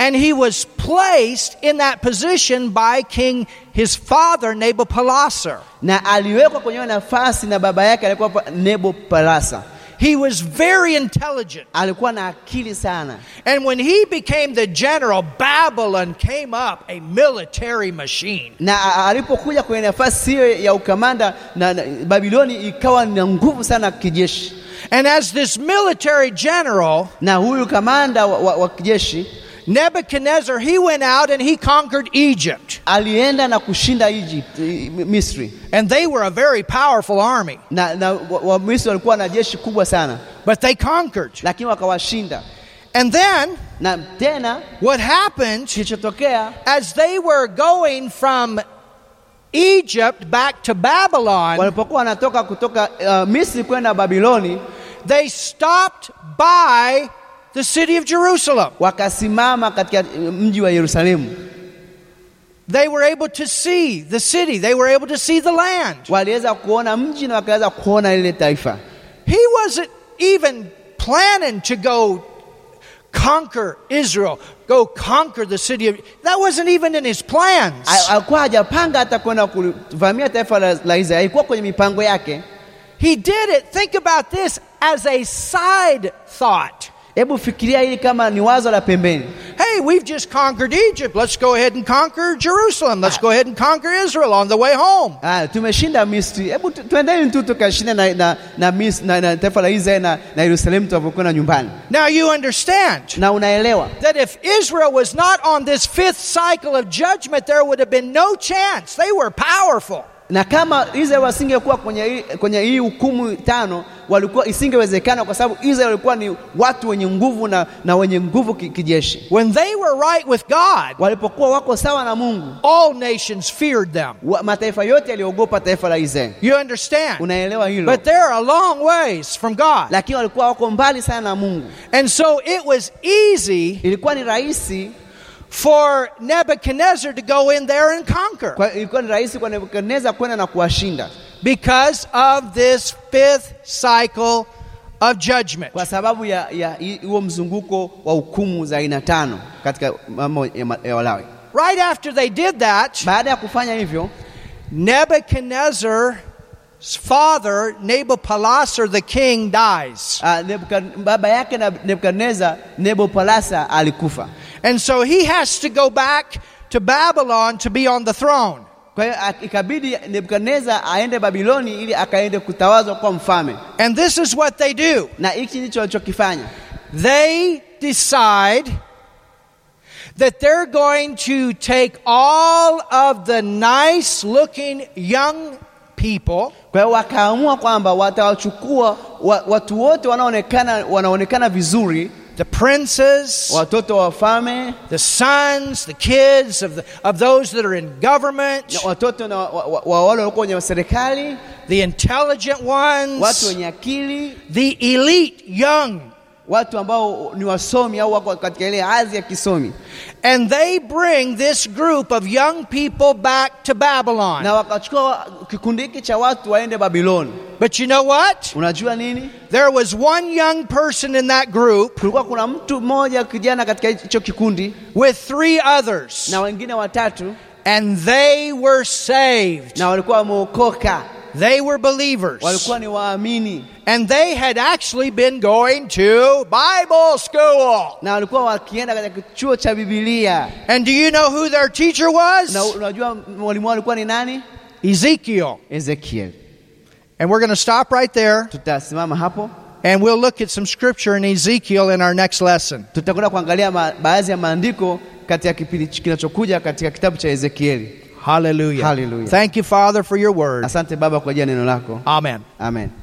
[SPEAKER 1] And he was placed in that position by King his father Nabopolassar.
[SPEAKER 2] na aliwekwa kwenye hiyo nafasi na baba yake alikuwa pa- Nebopalasa.
[SPEAKER 1] He was very intelligent.
[SPEAKER 2] Alikuwa na akili sana,
[SPEAKER 1] And when he became the general, Babylon came up, a military machine.
[SPEAKER 2] na a- alipokuja kwenye nafasi hiyo ya ukamanda na, na Babiloni ikawa na nguvu sana kijeshi,
[SPEAKER 1] And as this military general,
[SPEAKER 2] na huyu kamanda wa, wa, wa kijeshi
[SPEAKER 1] Nebuchadnezzar, he went out and he conquered Egypt.
[SPEAKER 2] alienda na kushinda Egypt, i- Misri
[SPEAKER 1] And they were a very powerful army,
[SPEAKER 2] na, na wa- Wamisri walikuwa na jeshi kubwa sana,
[SPEAKER 1] but they conquered.
[SPEAKER 2] lakini wakawashinda.
[SPEAKER 1] And then
[SPEAKER 2] Na tena
[SPEAKER 1] what happened
[SPEAKER 2] kilichotokea
[SPEAKER 1] as they were going from Egypt back to Babylon,
[SPEAKER 2] walipokuwa wanatoka kutoka uh, Misri kwenda Babiloni,
[SPEAKER 1] they stopped by the city of Jerusalem.
[SPEAKER 2] wakasimama katika uh, mji wa Yerusalemu.
[SPEAKER 1] They were able to see the city, they were able to see the land.
[SPEAKER 2] Waliweza kuona mji na wakaweza kuona lile taifa.
[SPEAKER 1] He wasn't even planning to go conquer Israel, go conquer the city of. That wasn't even in his plans.
[SPEAKER 2] Ha- Hakuwa hajapanga hata kwenda kuvamia taifa la, la Israeli, haikuwa kwenye mipango yake.
[SPEAKER 1] he did it, think about this, as a side thought.
[SPEAKER 2] Hebu fikiria hili kama ni wazo la pembeni.
[SPEAKER 1] Hey, we've just conquered Egypt. Let's go ahead and conquer Jerusalem. Let's go ahead and conquer Israel on the way home.
[SPEAKER 2] Ah, tumeshinda Misri, hebu tu- twendeni tu tukashinda na, na, na, Mis- na, na taifa la Israeli na, na Yerusalemu tunapokwenda nyumbani.
[SPEAKER 1] Now you understand
[SPEAKER 2] Na unaelewa
[SPEAKER 1] that if Israel was not on this fifth cycle of judgment, there would have been no chance. They were powerful.
[SPEAKER 2] na kama Israeli wasingekuwa kwenye hii- kwenye hii hukumu tano, walikuwa isingewezekana kwa sababu Israeli walikuwa ni watu wenye nguvu na, na wenye nguvu ki- kijeshi.
[SPEAKER 1] When they were right with God,
[SPEAKER 2] Walipokuwa wako sawa na Mungu,
[SPEAKER 1] all nations feared them.
[SPEAKER 2] wa, mataifa yote yaliogopa taifa la Israeli.
[SPEAKER 1] You understand?
[SPEAKER 2] Unaelewa hilo?
[SPEAKER 1] But they're a long ways from God.
[SPEAKER 2] Lakini walikuwa wako mbali sana na Mungu.
[SPEAKER 1] And so it was easy
[SPEAKER 2] Ilikuwa ni rahisi
[SPEAKER 1] for Nebuchadnezzar to go in there and conquer
[SPEAKER 2] kwa, ilikuwa ni rahisi kwa Nebukadneza kwenda na kuwashinda
[SPEAKER 1] because of this fifth cycle of judgment.
[SPEAKER 2] kwa sababu ya ya hi- huo mzunguko wa hukumu za aina tano katika mambo ya, ma- ya Walawi.
[SPEAKER 1] Right after they did that,
[SPEAKER 2] Baada ya kufanya hivyo,
[SPEAKER 1] Nebuchadnezzar's father, Nabopolassar the king, dies.
[SPEAKER 2] uh, Nebukad, baba yake na Nebukadneza Nebopalasa alikufa.
[SPEAKER 1] And so he has to go back to Babylon to be on the throne.
[SPEAKER 2] Kwa hiyo ak- ikabidi Nebukadneza aende Babiloni ili akaende kutawazwa kwa mfalme,
[SPEAKER 1] And this is what they do
[SPEAKER 2] na hichi ndicho alichokifanya.
[SPEAKER 1] they decide that they're going to take all of the nice looking young people
[SPEAKER 2] Kwa hiyo wakaamua kwamba watawachukua wa, watu wote wanaonekana wanaonekana vizuri,
[SPEAKER 1] the princes,
[SPEAKER 2] watoto wa wafalme
[SPEAKER 1] the sons, the kids of, the, of those that are in government,
[SPEAKER 2] na watoto na wa, wa, wa wale waliokuwa kwenye serikali,
[SPEAKER 1] the intelligent
[SPEAKER 2] watu
[SPEAKER 1] ones,
[SPEAKER 2] wenye akili,
[SPEAKER 1] the elite young.
[SPEAKER 2] watu ambao ni wasomi au wako katika ile hadhi ya kisomi,
[SPEAKER 1] And they bring this group of young people back to Babylon.
[SPEAKER 2] na wakachukua wa- kikundi hiki cha watu waende Babiloni.
[SPEAKER 1] But you know what?
[SPEAKER 2] Unajua nini?
[SPEAKER 1] There was one young person in that group
[SPEAKER 2] Kulikuwa kuna mtu mmoja kijana katika hicho kikundi
[SPEAKER 1] with three others,
[SPEAKER 2] na wengine watatu,
[SPEAKER 1] and they were saved.
[SPEAKER 2] na walikuwa wameokoka,
[SPEAKER 1] They were believers.
[SPEAKER 2] walikuwa ni waamini,
[SPEAKER 1] And they had actually been going to Bible school.
[SPEAKER 2] na walikuwa wakienda katika chuo cha Biblia.
[SPEAKER 1] And do you know who their teacher was?
[SPEAKER 2] Na unajua mwalimu wao alikuwa ni nani?
[SPEAKER 1] Ezekiel.
[SPEAKER 2] Ezekiel.
[SPEAKER 1] And we're going to stop right there,
[SPEAKER 2] Tutasimama hapo,
[SPEAKER 1] and we'll look at some scripture in Ezekiel in our next lesson.
[SPEAKER 2] tutakwenda kuangalia ma, baadhi ya maandiko katika kipindi ch- kinachokuja katika kitabu cha Ezekieli.
[SPEAKER 1] Hallelujah.
[SPEAKER 2] Hallelujah.
[SPEAKER 1] Thank you, Father, for your word.
[SPEAKER 2] Asante Baba kwa ajili ya neno lako,
[SPEAKER 1] Amen.
[SPEAKER 2] amen.